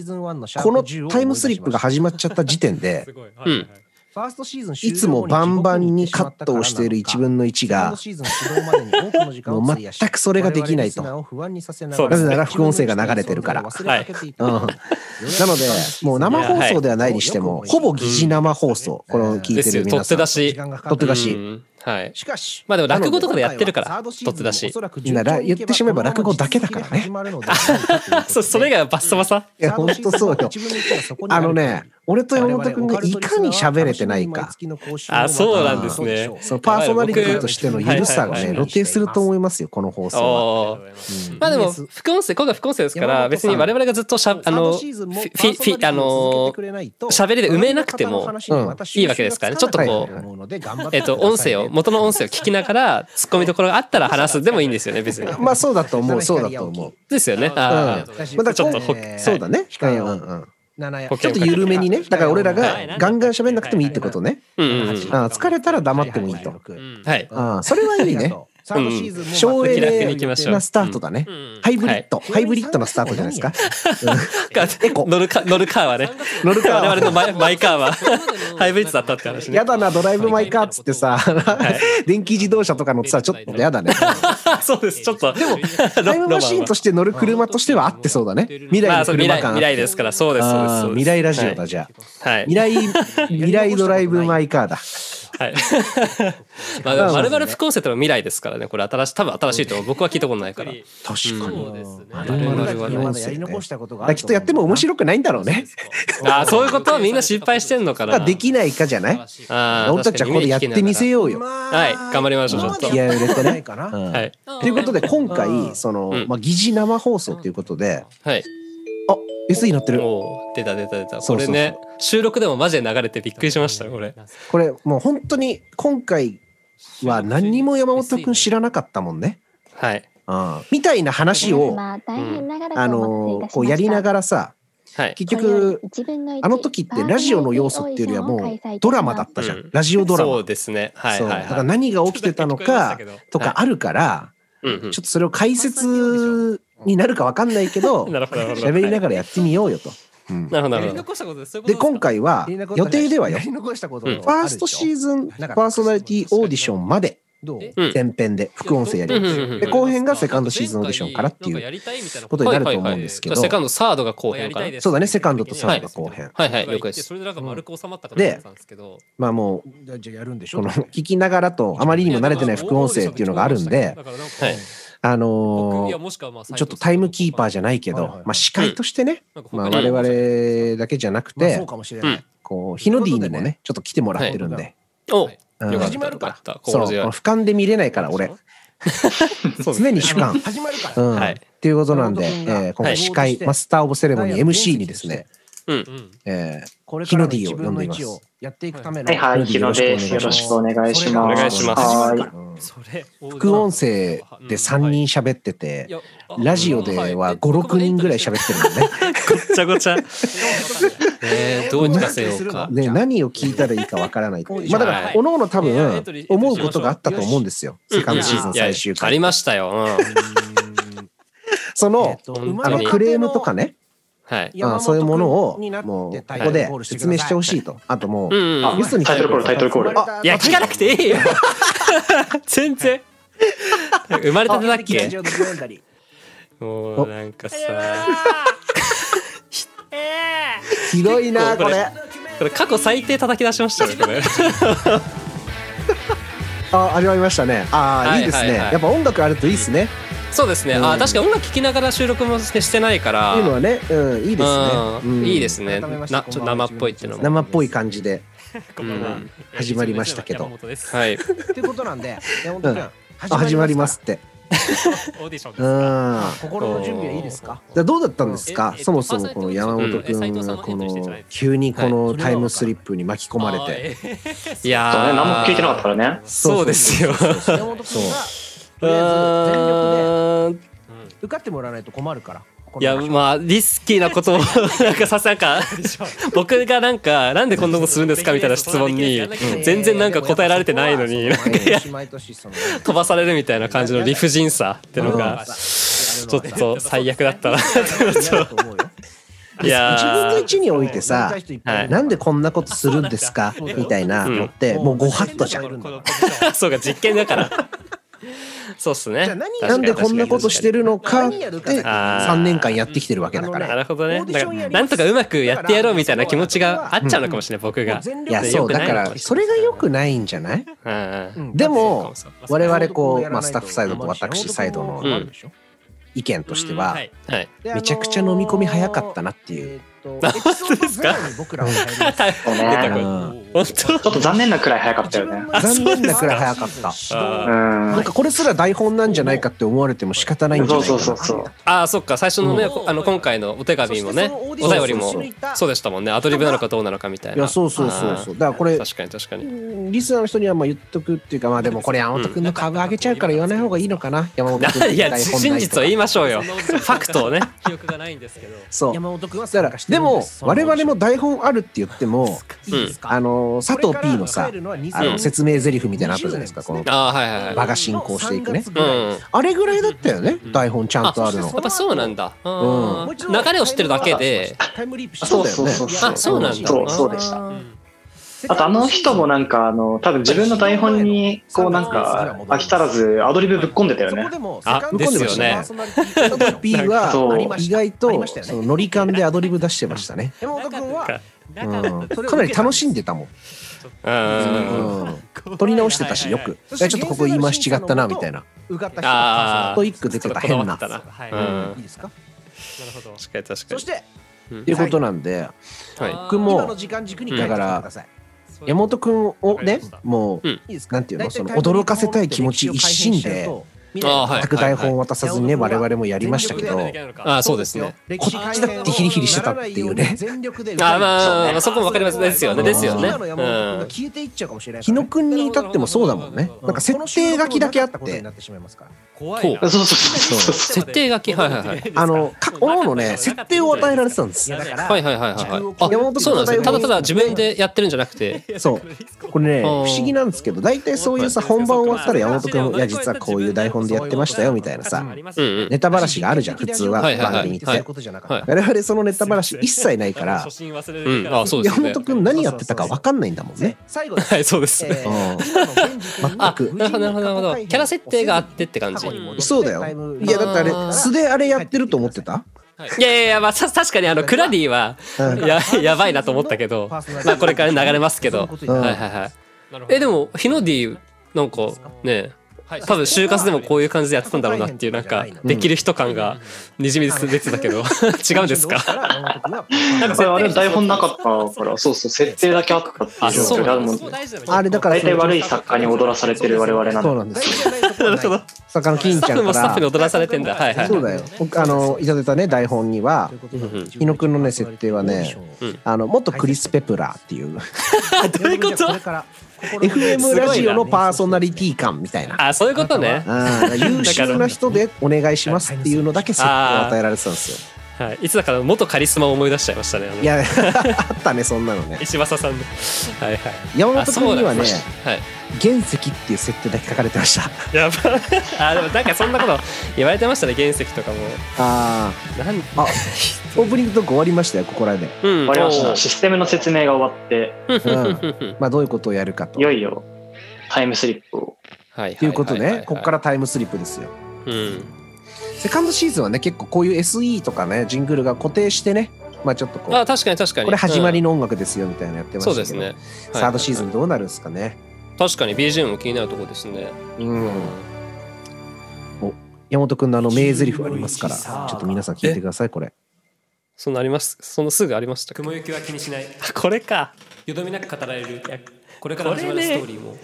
Speaker 1: のタイムスリップが始まっちゃった時点 [laughs] で、
Speaker 2: うん
Speaker 4: ファーストシーズン終
Speaker 1: い
Speaker 4: 了後
Speaker 1: つもバンバンにカットをしている1分の
Speaker 4: 地
Speaker 1: 1が
Speaker 4: 獄に、地獄にしまったからなのか。
Speaker 1: もう全くそれができないと。
Speaker 4: 我々リスナーを不安にさせな
Speaker 2: そうですねな
Speaker 1: ぜなら副音声が流れてるから
Speaker 4: はい
Speaker 1: うん、なので、もう生放送ではないにしても、
Speaker 4: はい
Speaker 1: ほぼ疑似生放送、この聞いてる皆さん
Speaker 2: ですよ取っ手。出し
Speaker 1: 取って出し
Speaker 2: うんはい。
Speaker 4: しかし、
Speaker 2: まあでも落語とかでやってるから、取
Speaker 4: 取
Speaker 2: って出し。
Speaker 1: みんなら言ってしまえば落語だけだからね
Speaker 2: [laughs] そそれ以外はバッサバサ。
Speaker 1: いや、ほんとそうよ。あのね、俺と山本君がいかに喋れてないか、
Speaker 2: あそうなんですね
Speaker 1: そのパーソナリティとしてのゆるさが
Speaker 2: はい
Speaker 1: ね、
Speaker 2: はい
Speaker 1: 露呈すると思いますよ、この放送は。
Speaker 2: おーまあでも、副音声、今回副音声ですから、別に我々がずっとしゃ、あの、フィ、フィ、フィあの、喋りで埋めなくてもいいわけですからねちょっとこう
Speaker 4: う
Speaker 2: えっと、音声を、元の音声を聞きながら、突っ込みどころがあったら話すでもいいんですよね、別に。
Speaker 1: まあ、そうだと思う、そうだと思う。
Speaker 2: ですよね。あー
Speaker 1: まあ、だ
Speaker 2: ち
Speaker 1: か
Speaker 2: ょ
Speaker 1: ら
Speaker 2: っと
Speaker 1: 今
Speaker 2: ほ
Speaker 1: 回、そうだね。うんうんうん
Speaker 2: 保
Speaker 1: ちょっ
Speaker 2: 険を
Speaker 1: と
Speaker 2: かけて
Speaker 1: 緩めにね。だから俺ら
Speaker 5: はい
Speaker 1: がガンガン喋んなくてもいいってことね。
Speaker 2: うんうんうん。
Speaker 1: あ疲れたら黙ってもいいと。
Speaker 5: うん
Speaker 2: はい。
Speaker 1: あそれはいいね。省エ
Speaker 2: 気楽に行
Speaker 1: ネ
Speaker 2: きましょう
Speaker 1: なスタートだね。ハイブリッド、ハイブリッドなスタートじゃないですか。うん [laughs] エコ
Speaker 2: 乗るか、乗るカーはね。
Speaker 1: 乗る
Speaker 2: 我
Speaker 1: か
Speaker 2: 々。
Speaker 1: [laughs]
Speaker 2: のマイマイカーは、ハイブリッドだったって話ね
Speaker 1: や。だな、ドライブ・マイ・カーっつってさ、電気自動車とか乗ってさ、ちょっとやだね。
Speaker 2: [laughs] そうです。ちょっと。でも、
Speaker 1: タイムマシーンとして乗る車としてはあってそうだね。未
Speaker 2: ま
Speaker 1: 来
Speaker 2: あ、
Speaker 1: の
Speaker 2: そう未
Speaker 1: 車
Speaker 2: 来、
Speaker 1: 感あ
Speaker 2: 未
Speaker 1: って。
Speaker 2: 来ですから、そうです、そうです
Speaker 1: あー
Speaker 2: そうです。
Speaker 1: 未来ラジオだ、じゃあ。
Speaker 2: はい。
Speaker 1: 未来、
Speaker 2: [laughs]
Speaker 1: 未来ドライブ・マイ・カーだ。 [laughs]
Speaker 2: はい。まあ、まるまる副音声ってのは未来ですからね、これ新しい、多分新しいと思う僕は聞いたことないから。
Speaker 1: [laughs] 確かに。
Speaker 5: あ
Speaker 2: るまる
Speaker 1: だからきっとやっても面白くないんだろうね。
Speaker 2: ああ、そういうことはみんな心配してんのか
Speaker 1: が
Speaker 2: な。
Speaker 1: できないかじゃない
Speaker 2: あー
Speaker 1: 俺たちはここでやってみせようよ。
Speaker 2: はい、頑張りましょう、ちょっと。
Speaker 1: 気合を入れてね。う
Speaker 2: は
Speaker 1: ん
Speaker 2: い。
Speaker 1: ということで今回その、
Speaker 2: うん
Speaker 1: まあ、疑似生放送ということで
Speaker 2: はい。
Speaker 1: あ SE 乗ってる
Speaker 2: おー出た出た出た。
Speaker 1: そうそ
Speaker 2: こ
Speaker 1: う
Speaker 2: れ
Speaker 1: そう
Speaker 2: ね、収録でもマジで流れてびっくりしましたよ、これ。
Speaker 1: これもう本当に今回は何にも山本君知らなかったもんね、
Speaker 2: はい。
Speaker 1: うん、みたいな話を
Speaker 6: あ
Speaker 1: あのーこうやりなが
Speaker 6: ら
Speaker 1: らさ
Speaker 2: はい。
Speaker 1: 結局あ
Speaker 6: あ
Speaker 1: の
Speaker 6: の
Speaker 1: 時っ
Speaker 6: 時ってて
Speaker 1: ラ
Speaker 6: ラ
Speaker 1: ジ
Speaker 6: ジ
Speaker 1: オ
Speaker 6: オ
Speaker 1: の
Speaker 6: の
Speaker 1: 要
Speaker 6: 要
Speaker 1: 素
Speaker 6: 素
Speaker 1: っ
Speaker 6: ってて
Speaker 1: い
Speaker 6: い
Speaker 1: よ
Speaker 6: ううよ
Speaker 1: り
Speaker 6: り
Speaker 1: は
Speaker 6: は
Speaker 1: も
Speaker 6: も
Speaker 1: うド
Speaker 6: うド
Speaker 1: ラ
Speaker 6: ラ
Speaker 1: マ
Speaker 6: マ
Speaker 1: だ
Speaker 6: だ
Speaker 1: っ
Speaker 6: ったた
Speaker 1: じ
Speaker 6: じ
Speaker 1: ゃ
Speaker 6: ゃ
Speaker 1: ん
Speaker 6: ん。
Speaker 1: ラジオドラ
Speaker 2: そ
Speaker 1: マ
Speaker 2: うですね。はい。
Speaker 1: そう
Speaker 2: はい
Speaker 1: だ
Speaker 2: はい。
Speaker 1: から何が起きてたのかとかあるから
Speaker 2: うんうん
Speaker 1: ちょっとそれを解説になるか分かんないけど
Speaker 2: [laughs] なるほど、なるほど。
Speaker 1: 喋りな
Speaker 2: はい
Speaker 1: がらやってみようよと。うん
Speaker 2: なるほど、な
Speaker 5: や
Speaker 2: る
Speaker 5: り
Speaker 2: ほど。
Speaker 5: 残したことそういうこと
Speaker 1: で今回は予定ではよ
Speaker 4: やり残したこと
Speaker 2: うん
Speaker 4: あるでし
Speaker 1: フ
Speaker 4: ょ
Speaker 1: ァーストシーズンパーソナリティオーディションまで
Speaker 4: どう
Speaker 5: え
Speaker 2: うん
Speaker 1: 前編で副音声やります。
Speaker 2: うん
Speaker 1: で後編がセカンドシーズンオーディションからっていうことになると思うんですけど
Speaker 2: じゃあセカンド、サードが後編かな。
Speaker 1: そうだねセカンドとサードが後編
Speaker 2: はいはい了解です
Speaker 5: それでなんか丸く収まったか
Speaker 1: で
Speaker 5: ら思ったんですけど
Speaker 1: まあもう
Speaker 4: じゃあじゃあやるんでしょ
Speaker 1: この聞きながらとあまりにも慣れてない副音声っていうのがあるんで、
Speaker 5: だからなんか
Speaker 2: はい。
Speaker 1: あ
Speaker 5: 僕
Speaker 1: の
Speaker 5: い
Speaker 1: ー
Speaker 5: やもしくはまあ
Speaker 1: ちょっとタイムキーパーじゃないけ
Speaker 4: はいはい
Speaker 1: ど
Speaker 4: はい
Speaker 1: まあ司会としてね
Speaker 5: なんか他
Speaker 1: まあ
Speaker 5: に
Speaker 1: 我々だけじゃなく
Speaker 4: まあそう
Speaker 1: て
Speaker 4: かもしれない。
Speaker 1: こうヒノディにもねちょっと来てもらってるんで。
Speaker 2: お
Speaker 1: うん
Speaker 2: よかっ
Speaker 4: 始ま
Speaker 2: た、
Speaker 4: る
Speaker 2: よ
Speaker 4: か
Speaker 2: からった。
Speaker 1: そう
Speaker 2: 心
Speaker 1: こ
Speaker 2: 強い
Speaker 1: の。俯瞰で見れないから
Speaker 2: [laughs]
Speaker 1: 俺常に主観
Speaker 4: 始まるから。
Speaker 1: うん
Speaker 2: はい
Speaker 1: っていうことなんで、え
Speaker 4: 山本君が
Speaker 1: ー今回司会
Speaker 4: はい
Speaker 1: マスター・オブ・セレモニー MC にですね、
Speaker 2: うん。
Speaker 5: うん
Speaker 1: えー
Speaker 4: これからの
Speaker 1: ヒノ
Speaker 4: 1
Speaker 1: ディを呼
Speaker 4: 分
Speaker 1: ん
Speaker 4: の
Speaker 1: でいます
Speaker 4: 1をやっていくための。
Speaker 7: はいはい、ヒロです。よろしくお願いします。
Speaker 2: お願いします
Speaker 4: 始ま
Speaker 7: は
Speaker 4: る
Speaker 7: い
Speaker 4: か。ら
Speaker 5: それ
Speaker 1: 副音声で3人喋ってて、ラジオでは5、6人ぐらい喋ってるのね。
Speaker 2: ごっちゃごちゃ。えー、どうにかせようか。
Speaker 1: ね、何を聞いたらいいかわからないっていう。まあだか
Speaker 2: は
Speaker 1: ら
Speaker 2: い、
Speaker 1: おのおの多
Speaker 5: いやエン
Speaker 1: 分
Speaker 5: トリー、
Speaker 1: 思うことがあったと思うんですよ。セカンド
Speaker 2: いや
Speaker 1: シーズン最終
Speaker 2: いやあり
Speaker 1: 回。
Speaker 2: ましたよ。うん
Speaker 1: その、
Speaker 2: 本
Speaker 1: あ
Speaker 2: 当
Speaker 1: の、
Speaker 2: に
Speaker 1: クレームとかね、
Speaker 2: はい。
Speaker 1: うんそういうものを、もう、ここで説明してほしいと。あとも
Speaker 2: う
Speaker 1: う、
Speaker 2: んうん。
Speaker 7: あ
Speaker 1: ゲストに来
Speaker 7: タイ
Speaker 1: て
Speaker 7: ト
Speaker 1: く
Speaker 7: ルコー
Speaker 1: れ
Speaker 7: ル、
Speaker 1: た
Speaker 7: タイトルコール。
Speaker 1: あ
Speaker 2: いや、聞かなくていいよ。全然。生まれたてだっけ
Speaker 1: ジオドキュメンタリー
Speaker 2: もうなんかさ
Speaker 1: ひどいなこ
Speaker 2: これ
Speaker 1: れ
Speaker 2: これ過去最低叩き出しましたねこれ
Speaker 1: あ味わいましたねあ
Speaker 2: は
Speaker 1: あ
Speaker 2: い
Speaker 1: いいですね
Speaker 2: はいはい
Speaker 1: やっぱ音楽あるといいですね
Speaker 2: そうですね、
Speaker 1: うん
Speaker 2: あ確かに音楽聴きながら収録もしてしてないから
Speaker 1: っていうのはねうんいいですね
Speaker 2: う
Speaker 1: うんん
Speaker 2: いいですね
Speaker 4: 改めまして
Speaker 2: なちょっと
Speaker 4: こんばん
Speaker 2: 生
Speaker 4: は
Speaker 2: っぽいっていうのも
Speaker 1: 生っぽい感じで
Speaker 5: こんばんは
Speaker 2: うん
Speaker 1: 始まりましたけど
Speaker 5: 山本です。
Speaker 2: はい
Speaker 4: っていうことなん
Speaker 1: [laughs]
Speaker 4: で、山本
Speaker 1: うん
Speaker 4: 君、
Speaker 1: あ始まりますって
Speaker 5: オーディショ
Speaker 1: う
Speaker 5: ンです
Speaker 1: ん
Speaker 5: か。
Speaker 1: だ
Speaker 4: あ心の準備はいいですか
Speaker 1: からどうだったんですか
Speaker 5: ええ
Speaker 1: そもそもこの山本
Speaker 5: え斉
Speaker 1: 君
Speaker 5: 藤さ
Speaker 1: が
Speaker 5: んも
Speaker 1: こ
Speaker 5: エントリーしてんじゃな
Speaker 1: の
Speaker 5: いですか
Speaker 1: 急にこ
Speaker 5: は
Speaker 1: の
Speaker 5: い
Speaker 1: タイムスリップに巻き込まれて
Speaker 5: あー。え
Speaker 2: いや
Speaker 7: そうね
Speaker 2: ー
Speaker 7: 何も聞いてなかったからね。
Speaker 2: そうですよ
Speaker 4: 山本君
Speaker 2: う
Speaker 4: が、とりあえず全力で
Speaker 2: ーん
Speaker 4: 受かってもらわないと困るから。この
Speaker 2: いやまあリスキーなことを [laughs] なんかさなんか僕がなんかなんでこんなことするんですかみたいな質問に
Speaker 5: うん
Speaker 2: 全然なんか答えられてないのに
Speaker 4: でもやっぱそこは
Speaker 2: なんか
Speaker 4: 毎年毎年その
Speaker 2: 飛ばされるみたいな感じの理不尽さってのが
Speaker 4: ち
Speaker 2: ちょっと最悪だったないや
Speaker 1: 自分の位
Speaker 2: ー
Speaker 1: 置においてさ
Speaker 2: はい
Speaker 1: なんでこんなことするんですか
Speaker 5: そうなんだ
Speaker 1: みたいなのってもうご法度じゃん
Speaker 5: このポジショ
Speaker 2: [laughs]
Speaker 5: ン
Speaker 2: そうか実験だからそうっすね
Speaker 4: じゃあ何
Speaker 1: なんでこんなことしてるのかっ
Speaker 4: 確
Speaker 1: て
Speaker 4: かに確かに
Speaker 2: あー
Speaker 1: 3年間やってきてるわけだか
Speaker 4: あの
Speaker 1: ら。
Speaker 2: なるほどね
Speaker 4: オーディ
Speaker 2: だ
Speaker 4: シ
Speaker 2: か
Speaker 4: ョンや
Speaker 2: ら
Speaker 4: ります
Speaker 2: なんとかうまくやってやろうみたいな気持ちがあっちゃうのかもしれない僕が
Speaker 1: いやそうだからそれが良くないんじゃない
Speaker 2: うんうん
Speaker 1: でも我々
Speaker 4: こ
Speaker 1: こ
Speaker 4: う
Speaker 1: う、まあ、スタッフサイドと私サイド
Speaker 2: う
Speaker 1: の
Speaker 2: ん
Speaker 1: 意見として
Speaker 5: うん
Speaker 1: は
Speaker 5: はい
Speaker 2: はい
Speaker 1: めちゃくちゃ飲み込み早かったなっていう。
Speaker 2: [laughs]
Speaker 4: ですか僕らは入ります
Speaker 7: そう
Speaker 2: 出た
Speaker 7: ね。
Speaker 2: これ
Speaker 1: うん
Speaker 2: 本当
Speaker 7: ちょっと残念なくらい早かったよね。
Speaker 1: 残念なくらい早かった。
Speaker 2: あ
Speaker 7: うん
Speaker 1: なん。かこれすら台本なんじゃないかって思われても仕方ないんじゃ
Speaker 7: そう
Speaker 1: ないか
Speaker 7: そう
Speaker 1: な。
Speaker 7: そうそう。
Speaker 2: あーそっか最初のね、
Speaker 5: うん
Speaker 2: こあの今回のお手紙もねお
Speaker 4: そしてそのオーディション
Speaker 2: 便りも
Speaker 4: を勝ち抜いた
Speaker 2: そうでしたもんねアドリブなのかどうなのかみたいない
Speaker 1: やそうそうそうそう。だからこ
Speaker 2: あー
Speaker 1: れ
Speaker 2: 確かに確かに
Speaker 1: リスナーの人にはまあ言っとくっていうかまあでもこれ山本君の株上げちゃうから言わない方がいいのかな山本君の
Speaker 2: いや
Speaker 1: 台本ない
Speaker 2: 真
Speaker 1: と
Speaker 2: 実を言いましょうよ [laughs] ファクトをね
Speaker 5: 記憶がないんですけど。
Speaker 1: そう
Speaker 4: 山本君は
Speaker 1: だからでも我々も台本あるって言ってもあの佐藤 P のさあ
Speaker 2: うん
Speaker 1: の説明台詞みたいなのあったじゃないですかこの
Speaker 2: ああはいはいはい
Speaker 1: 場が進行していくね
Speaker 2: うんや
Speaker 1: あれぐらいだったよね
Speaker 5: うん
Speaker 1: 台本ちゃんとある
Speaker 2: っ
Speaker 1: の
Speaker 2: ぱそうなんだう
Speaker 1: うん
Speaker 2: ん流れを知ってるだけで
Speaker 4: タイムリープして
Speaker 7: そうそうそうそう。
Speaker 2: あそうなんだ
Speaker 7: そうそうでした。
Speaker 5: う
Speaker 2: あ
Speaker 5: ん
Speaker 7: あとあの人もなんかあの多分自分の台本にこうなんか飽き足らずアドリブぶっ込んでたよ
Speaker 4: そこ
Speaker 7: ね。
Speaker 4: でも
Speaker 2: あですよね
Speaker 1: 佐藤 P
Speaker 7: そう
Speaker 1: は意外
Speaker 4: あり
Speaker 1: と
Speaker 4: ましたよね
Speaker 1: そのノリ感でアドリブ出してましたね
Speaker 4: 山本君は
Speaker 1: う
Speaker 5: なんか
Speaker 4: それを
Speaker 1: かなり楽しんでたもん
Speaker 2: うん
Speaker 1: うん撮り直してたしよく
Speaker 4: いはい
Speaker 1: いやちょっとここ言い回し違ったなみたいな
Speaker 4: うがった人
Speaker 2: あー
Speaker 1: トイック出てた変な
Speaker 2: ちょっとこだわっ
Speaker 5: はい。
Speaker 2: う
Speaker 5: なる
Speaker 2: ん
Speaker 4: いいですか
Speaker 5: ほど。
Speaker 2: 確かに確か
Speaker 4: そして
Speaker 1: っていうことなんで
Speaker 2: にはい
Speaker 5: 僕
Speaker 1: 僕も
Speaker 4: 今の時間軸に書いてきてください
Speaker 1: 山本君をね
Speaker 5: わかりました
Speaker 1: もう
Speaker 4: いいですか
Speaker 1: なんていうのその驚かせたい気持ち一心で
Speaker 2: あーはい
Speaker 1: 全く台本を渡さずにね
Speaker 4: はい
Speaker 1: 我々もやりましたけど
Speaker 2: ああそうですね
Speaker 1: こっちだってヒリヒリしてたっていうね
Speaker 4: 全力で
Speaker 2: あーまあまあそこもわかりますですよねですよね
Speaker 4: 今の山本君
Speaker 2: う
Speaker 4: が
Speaker 2: ん
Speaker 4: 消えていっちゃうかもしれないか
Speaker 1: 日
Speaker 4: らね
Speaker 1: 野君に至ってもそうだもんねなんか設定書きだけあっ
Speaker 4: この収録もなかたことに
Speaker 1: て
Speaker 4: なってしまいますから
Speaker 5: 怖
Speaker 2: こ
Speaker 5: いうな。
Speaker 7: そうそうそうそう。
Speaker 2: 設定書きはいはいはい
Speaker 1: あの各
Speaker 5: [laughs]
Speaker 1: 々のね設定を与えられてたんですよ
Speaker 5: やだから
Speaker 2: はいはいはいはい
Speaker 1: 山
Speaker 2: はい
Speaker 1: 本
Speaker 2: あ
Speaker 1: 君
Speaker 2: そうなんですねただただ自分
Speaker 1: で
Speaker 2: でやってるんじゃなくて
Speaker 1: そうこれね不
Speaker 2: あー
Speaker 1: 思議なんですけど大体そういうさ本番終わったら山本君いや実はこういう台本でやってましたよみたいなさ
Speaker 2: うんうん
Speaker 1: ネタばらしがあるじゃん普通は
Speaker 2: はいはいはい
Speaker 1: 番組って
Speaker 2: はい
Speaker 4: そういうことじゃなかった
Speaker 2: はい
Speaker 1: [laughs] 我々そのネタばらし一切ないから
Speaker 5: [laughs] 初心忘れるから
Speaker 2: うんあそうです
Speaker 1: 山本君何やってたか分かんないんだもんね。
Speaker 4: 最後
Speaker 2: はいそうです
Speaker 4: えー
Speaker 1: うん
Speaker 4: 今の現時点に
Speaker 2: あ
Speaker 1: 全
Speaker 2: なるほどなるほどなるほど
Speaker 4: 無人の過去改変をせずに
Speaker 2: キャラ設定があってって感
Speaker 4: 過
Speaker 2: じ
Speaker 4: 去
Speaker 2: い
Speaker 4: に戻って
Speaker 1: そうだよ
Speaker 4: タイム
Speaker 1: いやだってあ
Speaker 2: あー
Speaker 1: れ素であれやってると思ってた
Speaker 2: やいやいやまあさ確かにあのクラディは
Speaker 1: うん
Speaker 2: ややばいなと思ったけどまあこれから流れますけど
Speaker 4: そういうこと
Speaker 1: うん
Speaker 4: にな
Speaker 2: はい
Speaker 4: る
Speaker 2: はいはいえでもヒノディなんかね多分就活でもこういう感じでやってたんだろうなっていうなんかできる人感がにじみ出てたけど [laughs] 違うんですか
Speaker 7: なんかこれあれ台本なかったから、そうそう、設定だけあったっていう
Speaker 2: あそうなんだ
Speaker 7: あるもんね。
Speaker 1: あれだから
Speaker 7: 大体悪い作家に踊らされてる我々なんで
Speaker 1: そうなんですよ。
Speaker 4: なるほど
Speaker 1: 坂の金
Speaker 2: [laughs] ス
Speaker 1: ち
Speaker 2: タ
Speaker 1: ゃ
Speaker 2: ッフ
Speaker 1: んか
Speaker 2: もスタッフに
Speaker 1: ら
Speaker 2: 踊らされてんだはいはい
Speaker 1: そうだよ僕あのいただいたね台本には日野君のね設定はねあの元クリス・ペプラーっていう
Speaker 2: [laughs] どういうこと
Speaker 4: れから
Speaker 1: FM ラジオのパーソナリティ感みた
Speaker 2: [laughs]
Speaker 1: いな。
Speaker 2: あそういうことね
Speaker 1: うん優秀な人でお願いしますっていうのだけ設定を与えられてたんですよ。
Speaker 2: はいいつだから元カリスマを思い出しちゃいましたねあの
Speaker 1: いや [laughs] あったねそんなのね。
Speaker 2: 石正さんのはいはい
Speaker 1: 山
Speaker 2: あ
Speaker 1: 本
Speaker 2: そ
Speaker 1: 君
Speaker 2: うな
Speaker 1: に
Speaker 2: ん
Speaker 1: はね
Speaker 2: だはい
Speaker 1: 原石っていう設定だけ書かれてました。
Speaker 2: やばあでもなんかそんなこと言われてましたね原石とかも
Speaker 1: あ
Speaker 2: なん
Speaker 1: ああ [laughs] オープニングトーク終わりましたよここら
Speaker 2: [laughs]
Speaker 1: で。
Speaker 2: うん
Speaker 7: 終わりまし
Speaker 2: お
Speaker 7: た。
Speaker 2: ー
Speaker 7: システムの説明が終わって、
Speaker 1: うん
Speaker 2: ふんふん
Speaker 1: まあどういうことをやるかと
Speaker 7: い。よいよタイムスリップを
Speaker 2: はい。
Speaker 1: ということ
Speaker 2: ははは
Speaker 1: ね、ここからタイムスリップですよ。
Speaker 2: うん。
Speaker 1: セカンドシーズンはね、結構こういう SE とかね、ジングルが固定してね、まあちょっとこ
Speaker 2: あ、
Speaker 1: う、
Speaker 2: 確かに確かに。
Speaker 1: これ始まり
Speaker 2: の、
Speaker 1: の音楽ですよみたいなのやってまし
Speaker 2: そう
Speaker 1: た
Speaker 2: で
Speaker 1: け
Speaker 2: す
Speaker 1: ど、
Speaker 2: ね。はい
Speaker 1: サードシーズンどうなるんですかね。
Speaker 2: 確かに BGM も気になるとこですね。
Speaker 1: うん。お山本君のあの名台詞ありますから、ちょっと皆さん聞いてください、これ。
Speaker 2: そんなあります。そのすぐありましたっけ。
Speaker 5: 雲行きは気にしない
Speaker 2: あ [laughs] これか。
Speaker 5: よどみなく語られるこれから始まるスト
Speaker 2: [laughs]
Speaker 5: ーリーも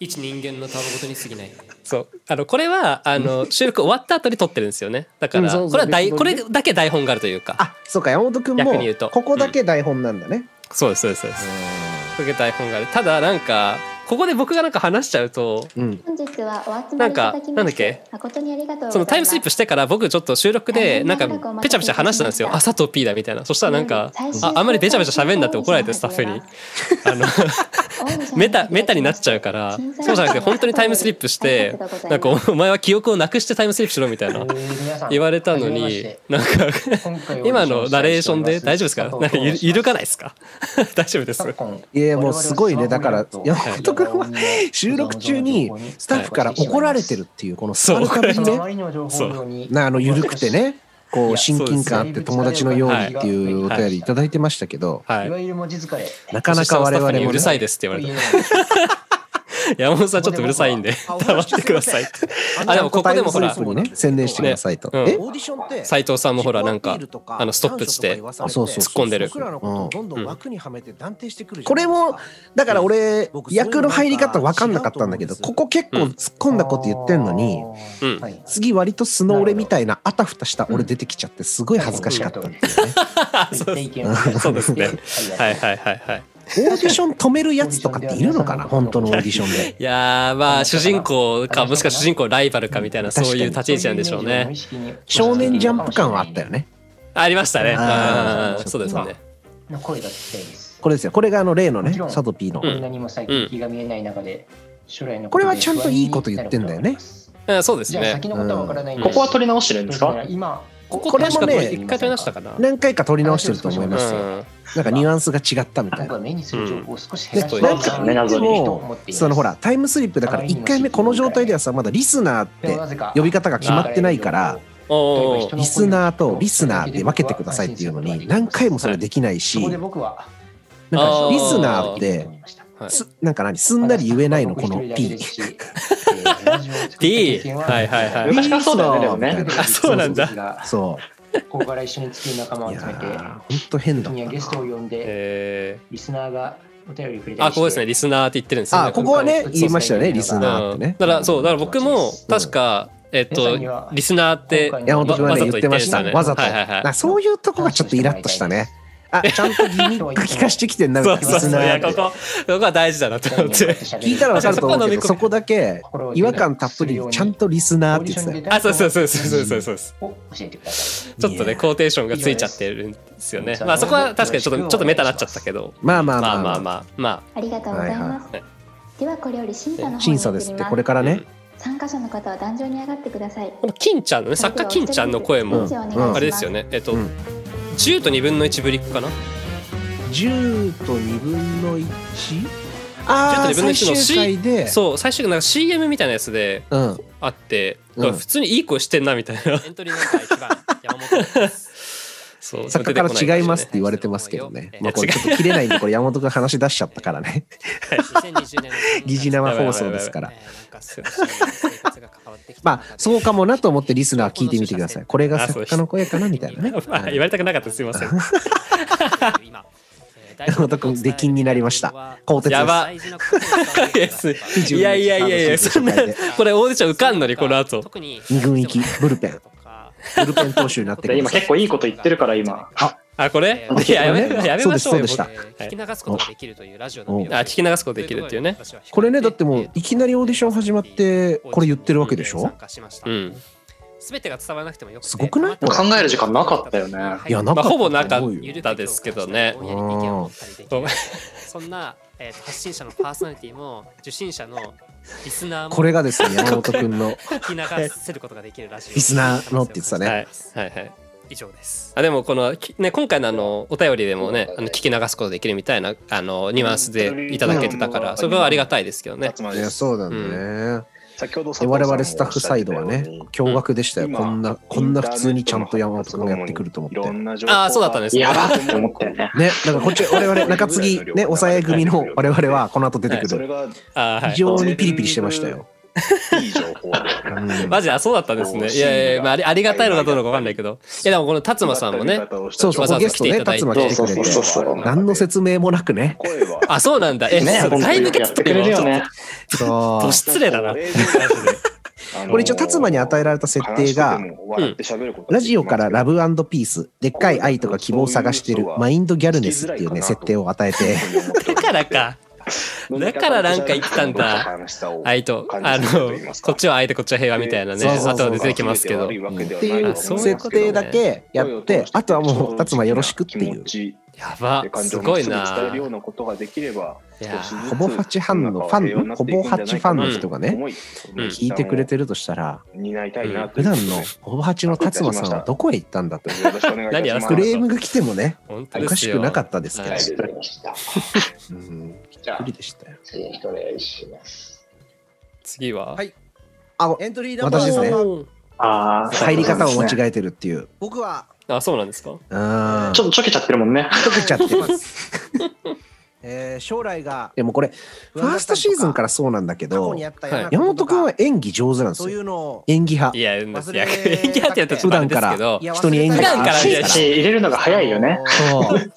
Speaker 5: 一人間のたわごとに過ぎない
Speaker 2: そう。あの、これは、あの、収録終わった後に撮ってるんですよね。だか
Speaker 1: うん
Speaker 2: ら、
Speaker 1: そうそう
Speaker 2: これは台、
Speaker 1: 別
Speaker 2: こ
Speaker 1: 撮り
Speaker 2: れ
Speaker 1: ね
Speaker 2: だけ台本があるというか。
Speaker 1: あそうか、山本君も
Speaker 2: 逆に言うと
Speaker 1: ここだけ台本なんだね。
Speaker 2: そうです、そうです、そうです。これが台本がある。ただ、なんか、ここで僕がなんか話しちゃうと、
Speaker 1: うん。
Speaker 6: 本日はお集
Speaker 2: な
Speaker 6: まり
Speaker 2: ん
Speaker 6: い
Speaker 2: か
Speaker 6: ただき
Speaker 2: なん
Speaker 6: ま
Speaker 2: だっ
Speaker 6: し
Speaker 2: け
Speaker 6: て誠にありがとうございます
Speaker 2: そのタイムスリップしてから僕ちょっと収録でなんかペチャペチャ話したんですよ「あ佐藤 P だ」みたいなそしたらなんか「ああんまりペチャペチャ喋んな」って怒られてスタッフにあの [laughs] メタメタになっちゃうからそうじゃなくて本当にタイムスリップ
Speaker 6: [laughs]
Speaker 2: してなんかお前は記憶をなくしてタイムスリップしろみたいな言われたのになんか今のナレーションで大丈夫ですかなんかゆ揺るがないですか [laughs] 大丈夫です
Speaker 1: いや、もうすごいね、だから、山本君は収録中にスタッフから怒られてるっていう、このスパルタぶりね。なあの緩くてねこう親近感あって友達のようにっていうお便りいただいてましたけど、
Speaker 2: はい
Speaker 8: わゆる文字疲れ。
Speaker 1: なかなか我々も、
Speaker 2: 年下のスタッフ
Speaker 1: ね、
Speaker 2: にうるさいですって言われて [laughs] 山本さんちょっとうるさい [laughs] んで黙ってくださいってあでもここでもほら
Speaker 1: タイムスリップにね宣伝してくださいと、
Speaker 2: ねうん
Speaker 1: え
Speaker 4: オーディションって
Speaker 2: 斎藤さんもほらなんか
Speaker 4: 自己アピールとか
Speaker 2: あのストップして
Speaker 4: 短所とか言わされて
Speaker 1: あそうそうそう
Speaker 2: 突っ込んでる
Speaker 4: 僕らのことをどんどん枠にはめて断定してくるじゃ
Speaker 1: こ
Speaker 4: ない
Speaker 1: れ
Speaker 4: ですか
Speaker 1: もだから俺
Speaker 4: 僕
Speaker 1: 役の入り方分かんなかったんだけど
Speaker 4: そうい
Speaker 1: こ
Speaker 4: うのが違うと思うんです
Speaker 1: こ結構突っ込んだこと言ってんのに、
Speaker 2: うん
Speaker 8: はい
Speaker 1: 次割と素の俺みたいなあたふたした俺出てきちゃってすごい恥ずかしかったんですよね、
Speaker 2: そう
Speaker 8: 言っていけない
Speaker 2: そうですねはい
Speaker 8: い。
Speaker 2: はいはいはい
Speaker 1: オーディション止めるやつとかっているのかな本当のオーディションで
Speaker 2: いやーまあ主人公かもしくは主人公ライバルかみたいな
Speaker 1: 確か
Speaker 2: そ
Speaker 1: に
Speaker 2: ういう立ち位置なんでしょうね。
Speaker 1: 少年ジャンプ感はあったよね
Speaker 2: ありましたね
Speaker 1: あー
Speaker 2: うんそうですね
Speaker 8: 声が聞きたいです。
Speaker 1: これですよこれがあの例の
Speaker 8: も
Speaker 1: ね
Speaker 8: ちろん
Speaker 1: サドピーの、
Speaker 2: うん
Speaker 8: こんなにも最近気が見えない中で、将来の
Speaker 1: これはちゃんといいこと言ってんだよね
Speaker 2: うんそうです
Speaker 8: じゃあ
Speaker 2: ね
Speaker 8: 先のことはわからないんで
Speaker 7: ここは取り直してるんですか
Speaker 8: 今、
Speaker 2: ここ
Speaker 1: これもね
Speaker 2: 確か取り一回取りましたかな
Speaker 1: 何回か取り直してると思い
Speaker 2: うん
Speaker 1: ますよ、
Speaker 2: は
Speaker 1: なんかニュアンスが違ったみたい
Speaker 8: 僕
Speaker 1: な
Speaker 8: は目にする情報を少し
Speaker 1: で
Speaker 8: 減らして
Speaker 1: なんか言っても
Speaker 8: うん
Speaker 1: そのほらタイムスリップだから1回目この状態ではさまだリスナーって呼び方が決まってないから
Speaker 2: おー
Speaker 1: リスナーとリスナーで分けてくださいっていうのに何回もそれできないし
Speaker 8: そこ
Speaker 1: な
Speaker 8: で
Speaker 1: ん
Speaker 8: 僕は
Speaker 1: かリスナーっ
Speaker 8: で
Speaker 1: てすなんか何すんなり言えないのこの P
Speaker 2: D [laughs] はいはいはい
Speaker 7: 昔からそうだよねでもね
Speaker 2: あそうなんだ
Speaker 1: そう
Speaker 8: ここから一緒に月仲間を
Speaker 1: いや
Speaker 8: 集めて
Speaker 1: ーほんと変だっ
Speaker 8: 時
Speaker 1: た
Speaker 8: にはゲストを
Speaker 1: な
Speaker 8: 呼んで
Speaker 2: え
Speaker 8: リスナーがお便りく
Speaker 2: ー
Speaker 8: れたりして
Speaker 2: あここですねリスナーって言ってるんですよ
Speaker 1: あここはね
Speaker 8: そう
Speaker 1: 言いましたよねリス
Speaker 2: う
Speaker 1: ナーって
Speaker 2: ん
Speaker 1: ね
Speaker 2: だからそうだから僕も確かえっ
Speaker 8: 皆さ
Speaker 2: と
Speaker 8: んには
Speaker 2: リスナーって
Speaker 8: 今回
Speaker 1: 山本
Speaker 8: の
Speaker 1: 君は
Speaker 2: わざ
Speaker 1: ね
Speaker 2: と
Speaker 1: 言ってました
Speaker 2: 言ってましたね
Speaker 1: わざと
Speaker 2: はいはいはい
Speaker 1: だからそういうとこがちょっとイラッとした
Speaker 2: [laughs]
Speaker 1: ねあちゃんとギミック聞かしてきてんなみ
Speaker 2: そ
Speaker 1: た
Speaker 2: う
Speaker 1: い
Speaker 2: そ
Speaker 1: な
Speaker 2: う
Speaker 1: リスナー
Speaker 2: そういや
Speaker 1: って
Speaker 2: ここここは大事だなと思
Speaker 1: [laughs]
Speaker 2: って
Speaker 1: 聞いたらわかると思うけど
Speaker 2: そ
Speaker 1: そ
Speaker 2: こ
Speaker 1: こだけ違和感たっぷりにちゃんとリスナーって言ってたよ
Speaker 2: あそうそうそうそうそうそうそう
Speaker 8: を教えてください。
Speaker 2: ちょっと
Speaker 1: いや
Speaker 2: ね、コーテーションがついちゃってるんですよね。
Speaker 8: そう
Speaker 2: まあそこは確かにちょっとちょっとメタになっちゃったけど。
Speaker 1: まあまあま
Speaker 2: まあ
Speaker 1: あ
Speaker 2: ま
Speaker 1: ま
Speaker 2: あ
Speaker 1: あま
Speaker 2: まあま
Speaker 6: ありがとうございます、
Speaker 2: はい
Speaker 6: ではこれより審査の
Speaker 1: あ
Speaker 6: 方
Speaker 1: 審査ですってこれからね
Speaker 6: 参加者の方は壇上に上がってください
Speaker 2: あ。この金ちゃんのね、作家金ちゃんの声
Speaker 1: う
Speaker 2: も
Speaker 1: ん、
Speaker 2: あれですよね。えっと
Speaker 1: うん、
Speaker 2: 10と2分の1ぶりかな。
Speaker 1: 10と2分の1ああ
Speaker 2: 10と2分
Speaker 1: 最
Speaker 2: の1の
Speaker 1: 終
Speaker 2: C
Speaker 1: 回で
Speaker 2: そう、最初なんか CM みたいなやつで
Speaker 1: うん
Speaker 2: あって、
Speaker 1: うん
Speaker 2: 普通にいい声してんなみたいな。
Speaker 5: エントリーナンバー一番山本です
Speaker 2: [laughs] そう
Speaker 1: 作家から違いますって言われてますけどね。まあこれちょっと切れないんで、これ山本君話し出しちゃったからね。
Speaker 5: 2020年の
Speaker 1: 疑似生放送ですから。
Speaker 5: えーなんか少し生活が変わってきた
Speaker 1: まあ
Speaker 5: 中で、
Speaker 1: そうかもなと思ってリスナー聞いてみてく
Speaker 5: [laughs]
Speaker 1: ださい。これが作家の声かなみたいなね。
Speaker 2: まあ言われたくなかったすいません。
Speaker 5: 今えー
Speaker 1: 山本
Speaker 2: [laughs]
Speaker 1: 君、出禁になりました。鋼鉄です。
Speaker 2: やば
Speaker 5: 大事なことを伝えてくだ
Speaker 2: [laughs]
Speaker 5: さ
Speaker 1: Yes
Speaker 2: いやいやいやいや、そんな、これオーディション受かんのに、この後。
Speaker 5: 特に
Speaker 1: 二軍行きブルペンブルペン投手になってください
Speaker 7: 今結構いいこと言ってるから今
Speaker 2: あ、これ
Speaker 1: あ
Speaker 2: いや、や
Speaker 1: そ
Speaker 2: め
Speaker 1: うね
Speaker 2: やめましょ
Speaker 1: そ
Speaker 2: うよ。
Speaker 1: うでした
Speaker 2: 僕
Speaker 5: えー聞き流すことができるというラジオの魅
Speaker 1: お
Speaker 5: 力
Speaker 2: あ、聞き流すことできるっていうね。
Speaker 1: これね、だってもういきなりオーディション始まって、これ言ってるわけでしょ
Speaker 2: うん。
Speaker 5: すべてが伝わらなくてもよくて
Speaker 1: すごくない
Speaker 7: 考える時間なかったよね
Speaker 1: いや、
Speaker 5: な
Speaker 1: なか
Speaker 2: まあ、
Speaker 1: った
Speaker 2: ほぼなか
Speaker 1: と思うよ
Speaker 2: ったですけどね。
Speaker 5: ぼんやり意見を持ったりでき
Speaker 2: うん
Speaker 5: るそんな、えーと発信者のパーソナリティも受信者のリスナーも
Speaker 1: これがですね、山本君の。
Speaker 5: 聞き流せることができるラジオ
Speaker 1: リスナーのって言ってたね
Speaker 2: はい。はいはい。
Speaker 9: 以上です。
Speaker 2: あでもこの、きね、今回のあのお便りでもねあの聞き流すことできるみたいなあのニュアンスでいただけてたからそれはありがたいですけどね。
Speaker 1: いや、そうなんだね。
Speaker 7: 先ほど
Speaker 1: で我々スタッフサイドはね、驚愕でしたよ。こんな、こんな普通にちゃんと山本君がやってくると思って。
Speaker 2: ああそうだったんですね。
Speaker 7: やばって思ったよね。
Speaker 1: ね、だからこっち、我々、中継ぎ、ね、抑え組の我々は、この後出てく
Speaker 3: そ
Speaker 1: る。
Speaker 3: れが
Speaker 2: あーは
Speaker 1: 非
Speaker 2: い
Speaker 1: 常にピリピリしてましたよ。
Speaker 3: いい情報だよね
Speaker 1: うん
Speaker 2: マジあそうだったんですね。いやいや、まあ、ありありがたいのかどうなのか分かんないけど。いやでもこの辰馬さんもね。
Speaker 1: そうそう、
Speaker 2: わざわざ
Speaker 1: ゲストね、
Speaker 2: 来ていただ
Speaker 1: 辰
Speaker 2: いて
Speaker 1: 馬来てくれて
Speaker 7: そう、そうそうそう
Speaker 1: 何の説明もなくね、
Speaker 3: 声は
Speaker 2: あそうなんだ。え、
Speaker 7: ね、
Speaker 2: そう
Speaker 7: 本
Speaker 2: だ
Speaker 7: 当
Speaker 2: い
Speaker 7: に
Speaker 2: ぶ
Speaker 7: よく
Speaker 2: け
Speaker 7: や
Speaker 2: つ
Speaker 7: っ
Speaker 2: ってて
Speaker 7: くれ
Speaker 2: る
Speaker 7: る
Speaker 2: よ。ちょ
Speaker 7: よ
Speaker 2: っと
Speaker 7: ね。
Speaker 1: そう
Speaker 2: ど失礼だな。
Speaker 1: これ一応、辰馬に与えられた設定が、ラジオからラ
Speaker 3: ブ
Speaker 1: ブピース、でっかい愛とか希望を探してる、マインドギャルネスっていうね、設定を与えて、
Speaker 2: だからか。だからなんか言ってたんだ。愛と、あの、こっちは愛でこっちは平和みたいなね。
Speaker 1: そうそうそう
Speaker 2: あとは出てきますけど。
Speaker 1: っていう設定だけやって、あとはもう、辰馬よろしくっていう。
Speaker 2: やば、すごいな。いや
Speaker 1: ほぼファチファンのファン、ほぼファチファンの人がね、
Speaker 2: うん
Speaker 1: 聞いてくれてるとしたら、
Speaker 3: 担いたいなと
Speaker 1: 普段のほぼファチの辰馬さんはどこへ行ったんだと。
Speaker 3: よろしくお願いいたします
Speaker 2: 何やらせ
Speaker 1: クレームが来てもね、
Speaker 2: 本当
Speaker 1: お
Speaker 2: で
Speaker 1: か
Speaker 2: す
Speaker 1: し
Speaker 2: よ。
Speaker 1: くなかったですけど
Speaker 2: は。い
Speaker 8: 失礼しました。
Speaker 1: うん、
Speaker 8: じゃあ
Speaker 1: 無理、でしたよ。
Speaker 8: 次お願いします。
Speaker 2: 次は。
Speaker 4: はい
Speaker 1: あ、
Speaker 4: エントリーナンバ
Speaker 1: 私
Speaker 4: ー
Speaker 1: ですね。
Speaker 7: ああ、
Speaker 1: 入り方を間違えてるっていう。
Speaker 4: 僕は
Speaker 2: あ、そうなんですか。
Speaker 1: うん。
Speaker 7: ちょっとちょけちゃってるもんね。
Speaker 1: とけちゃってます。 [laughs]
Speaker 4: えー将来が
Speaker 1: でもこれ、ファーストシーズンからそうなんだけ
Speaker 4: 過去
Speaker 1: ど
Speaker 4: に、やった
Speaker 2: はい
Speaker 4: ような
Speaker 1: 山
Speaker 4: こ
Speaker 1: 本
Speaker 4: とと
Speaker 1: くんは
Speaker 4: か
Speaker 1: 演技上手なんで
Speaker 4: そう
Speaker 1: す
Speaker 4: い
Speaker 1: よ。
Speaker 4: うのを
Speaker 1: 演技派
Speaker 2: い。や、演
Speaker 4: 忘
Speaker 2: 技
Speaker 4: れ
Speaker 2: 派ってやったらちょっとあれですけど
Speaker 4: い。や
Speaker 1: 人に演技
Speaker 2: 普段から
Speaker 1: 熱い
Speaker 2: ね
Speaker 1: ら
Speaker 7: し入れるのが早いよね。
Speaker 1: そう。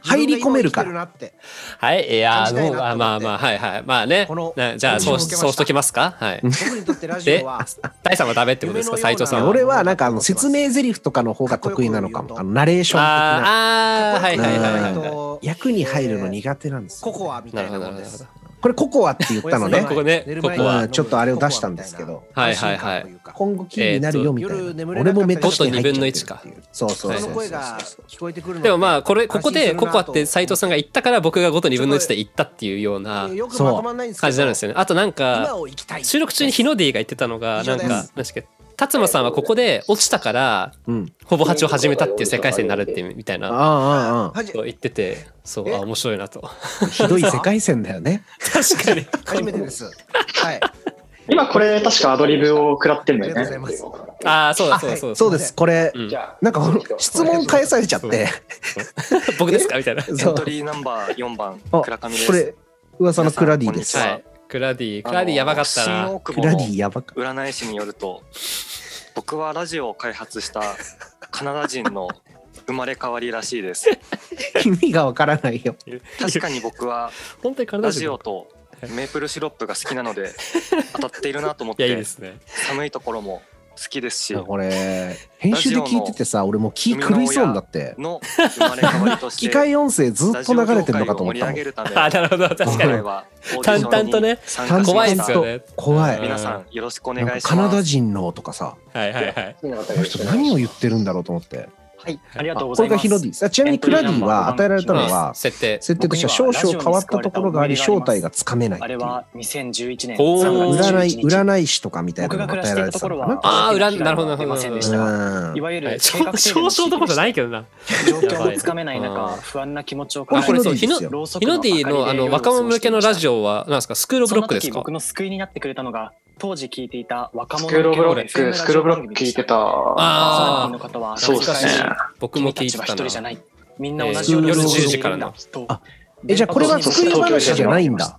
Speaker 1: 入り込めるから
Speaker 4: 自分が今生きてなって
Speaker 2: はい、いやー、
Speaker 4: 感じたい
Speaker 2: も
Speaker 4: な
Speaker 2: う、
Speaker 4: と思って
Speaker 2: あまあまあ、はいはい。まあね
Speaker 4: この。
Speaker 2: なじゃあ、
Speaker 4: この
Speaker 2: そう
Speaker 4: 文章
Speaker 2: し、
Speaker 4: を受けました
Speaker 2: そうしときますか。はい。
Speaker 4: 僕にとってラジ
Speaker 2: [laughs]
Speaker 4: オは
Speaker 2: 大さんはダメってことですか、
Speaker 4: 夢の
Speaker 2: 斉
Speaker 4: ような
Speaker 2: 藤さんは。
Speaker 1: 俺はなんかあの説明台詞とかの方が得意なのかも。あのナレーション的な。
Speaker 2: ああー、はい
Speaker 1: な
Speaker 2: はいはい
Speaker 1: うん
Speaker 2: はいはい。
Speaker 1: 役に入るの苦手なんですよ
Speaker 4: コ
Speaker 1: ね。
Speaker 4: コアみ
Speaker 2: な
Speaker 4: た
Speaker 2: るほ
Speaker 4: いな
Speaker 2: ど、な
Speaker 4: も
Speaker 2: る
Speaker 4: ん
Speaker 2: ほ
Speaker 4: で
Speaker 2: ど。
Speaker 4: す。
Speaker 1: これココアって言ったのね
Speaker 2: こ。こね
Speaker 4: 寝る
Speaker 2: こ
Speaker 4: 前に
Speaker 2: こは
Speaker 1: うんちょっとあれを出したんですけど
Speaker 2: はいはいはい
Speaker 1: 今後気になるよみたい
Speaker 4: 夜
Speaker 1: な。
Speaker 4: 眠れ
Speaker 1: 俺
Speaker 4: なかった
Speaker 1: も目として入っちゃってる
Speaker 2: ボット二分の
Speaker 1: っ
Speaker 2: 一か
Speaker 1: ていう。そうそう
Speaker 2: はい
Speaker 4: そ
Speaker 1: そ
Speaker 4: の
Speaker 1: う。
Speaker 4: 声が聞こえてくるの
Speaker 2: でもまあこれここで
Speaker 4: 安心す
Speaker 2: こ
Speaker 4: るなと
Speaker 2: こあって斉藤さんが言ったから僕がごと2分の1で言ったっていうような
Speaker 4: よくまとまんないんですけど
Speaker 2: 感じになるんですよねあとなん
Speaker 4: 今
Speaker 2: か
Speaker 4: を生きたい
Speaker 2: 収録中にヒノディが言ってたのがなん
Speaker 4: 以上で
Speaker 2: か確か辰馬さんはここで落ちたから
Speaker 1: うん。
Speaker 2: ほぼ8を始めたっていう世界線になるってみたい
Speaker 1: あ
Speaker 2: な
Speaker 1: ああああ
Speaker 4: はじ
Speaker 2: ことを言っててそう
Speaker 4: え
Speaker 2: あ面白いなと
Speaker 1: あ。ひどい世界線だよね。
Speaker 2: 確かに
Speaker 4: 初めてですはい
Speaker 7: 今これ確かアドリブを食らってるん
Speaker 4: あ
Speaker 7: だ
Speaker 4: りが
Speaker 7: よ
Speaker 4: とうござい
Speaker 7: ね。
Speaker 4: ま
Speaker 2: [laughs]
Speaker 4: す
Speaker 2: ああそうだそうだ
Speaker 4: はい
Speaker 2: そうだ
Speaker 1: そうです。これ
Speaker 2: う、ん
Speaker 8: じゃあ、
Speaker 1: なんかこの質問返されちゃって。
Speaker 2: 僕ですかみたいな
Speaker 1: そう。
Speaker 3: リーナンバー4番
Speaker 1: あ
Speaker 3: 倉上
Speaker 1: これ、噂のクラディです。
Speaker 2: はいクラディクラディやばかった
Speaker 3: あの
Speaker 2: な
Speaker 3: 新大
Speaker 1: ク
Speaker 3: 久保
Speaker 1: ラ
Speaker 3: の
Speaker 1: ディやばか。
Speaker 3: 占い師によると僕はラジオを開発したカナダ人の生まれ変わりらしいです
Speaker 1: 意味がわからないよ。
Speaker 3: 確かに僕は
Speaker 2: 本当に体
Speaker 3: ラ
Speaker 2: 大丈
Speaker 3: ジ
Speaker 2: 夫
Speaker 3: オとメープルシロップが好きなので当たっているなと思っ
Speaker 2: いやいい
Speaker 3: て
Speaker 2: ですね
Speaker 3: 寒いところも好きですし
Speaker 1: これ、編集で聞いててさ、俺もう気狂いそうになって。
Speaker 3: の生まれ変わりとし
Speaker 1: [laughs]
Speaker 3: て
Speaker 1: 機械音声ずっと流れてるのかと思っ
Speaker 3: ラジ
Speaker 1: たもん
Speaker 3: オ業界を盛り上げ。るため
Speaker 2: あなるほど確か
Speaker 1: う
Speaker 2: に
Speaker 1: ん
Speaker 2: 淡々とね怖いですよね
Speaker 1: 怖い。
Speaker 3: 皆さんよろしくお願
Speaker 1: ないん
Speaker 3: し
Speaker 1: か
Speaker 3: ます
Speaker 1: カナダ人のとかさ、
Speaker 2: はいはいはい
Speaker 1: この人何を言ってるんだろうと思って。
Speaker 3: はいありがとう
Speaker 1: こ
Speaker 3: ござ
Speaker 1: れ
Speaker 3: い
Speaker 1: が
Speaker 3: ます
Speaker 1: ヒロディ。あちなみにクラディは与えられたのは、
Speaker 2: 設定
Speaker 1: 設定としては少々変わったところがあり、正体がつかめないっ
Speaker 10: あ
Speaker 1: てい
Speaker 10: れ
Speaker 1: う。
Speaker 10: は2011年
Speaker 2: ほう
Speaker 10: 3月
Speaker 1: 占
Speaker 10: 11
Speaker 1: い、
Speaker 10: 日
Speaker 1: 占い師とかみたいな
Speaker 10: 僕
Speaker 1: の
Speaker 10: が
Speaker 1: が
Speaker 10: 暮ら
Speaker 1: 与え
Speaker 10: してい
Speaker 1: ら
Speaker 10: たと
Speaker 1: れてた
Speaker 10: ころ
Speaker 1: の
Speaker 10: は
Speaker 1: かな。
Speaker 2: あー裏
Speaker 10: 被害
Speaker 2: なるほど
Speaker 10: は出ませんでした。
Speaker 1: うん
Speaker 10: い。わゆ
Speaker 2: は
Speaker 10: る
Speaker 2: い [laughs] 少少々どころじゃないいけどな
Speaker 10: 状
Speaker 2: や
Speaker 10: 況
Speaker 2: ば
Speaker 10: も
Speaker 2: い
Speaker 10: つかめない
Speaker 2: あ
Speaker 10: 中、
Speaker 2: ー
Speaker 10: 不安な気持ちを
Speaker 2: あこれ
Speaker 1: ヒ
Speaker 2: そう
Speaker 1: ロデ
Speaker 2: ヒ
Speaker 1: ィで
Speaker 2: ノ
Speaker 1: すよ
Speaker 10: ろうそく
Speaker 2: ヒノディ
Speaker 10: 明かり
Speaker 2: の
Speaker 10: で
Speaker 2: あの
Speaker 10: 夜を
Speaker 2: 若者向けのラ
Speaker 10: 過ごしていまし
Speaker 2: ジオはなんですかスクールオ
Speaker 10: た
Speaker 2: ブロックです
Speaker 10: その
Speaker 2: か
Speaker 10: 時僕の救いになってくれたのが、当時聞いていた若
Speaker 7: ス
Speaker 10: 者
Speaker 7: クールオブロ
Speaker 10: 向
Speaker 7: ッ
Speaker 10: けの
Speaker 7: ク、スクールオブロック聞いてた。
Speaker 10: ラジオ番
Speaker 2: あ
Speaker 10: 組の方は、
Speaker 7: そうですね。
Speaker 2: 僕も
Speaker 10: 君
Speaker 2: 聞
Speaker 10: たち
Speaker 2: いて
Speaker 10: は一
Speaker 2: たな
Speaker 10: 人じゃない。みんな同じ
Speaker 1: え
Speaker 10: よ
Speaker 1: ー
Speaker 10: うな
Speaker 1: 夜
Speaker 2: 10時からの。
Speaker 10: と
Speaker 1: あえ、じゃあこれは作り話じゃないんだ。。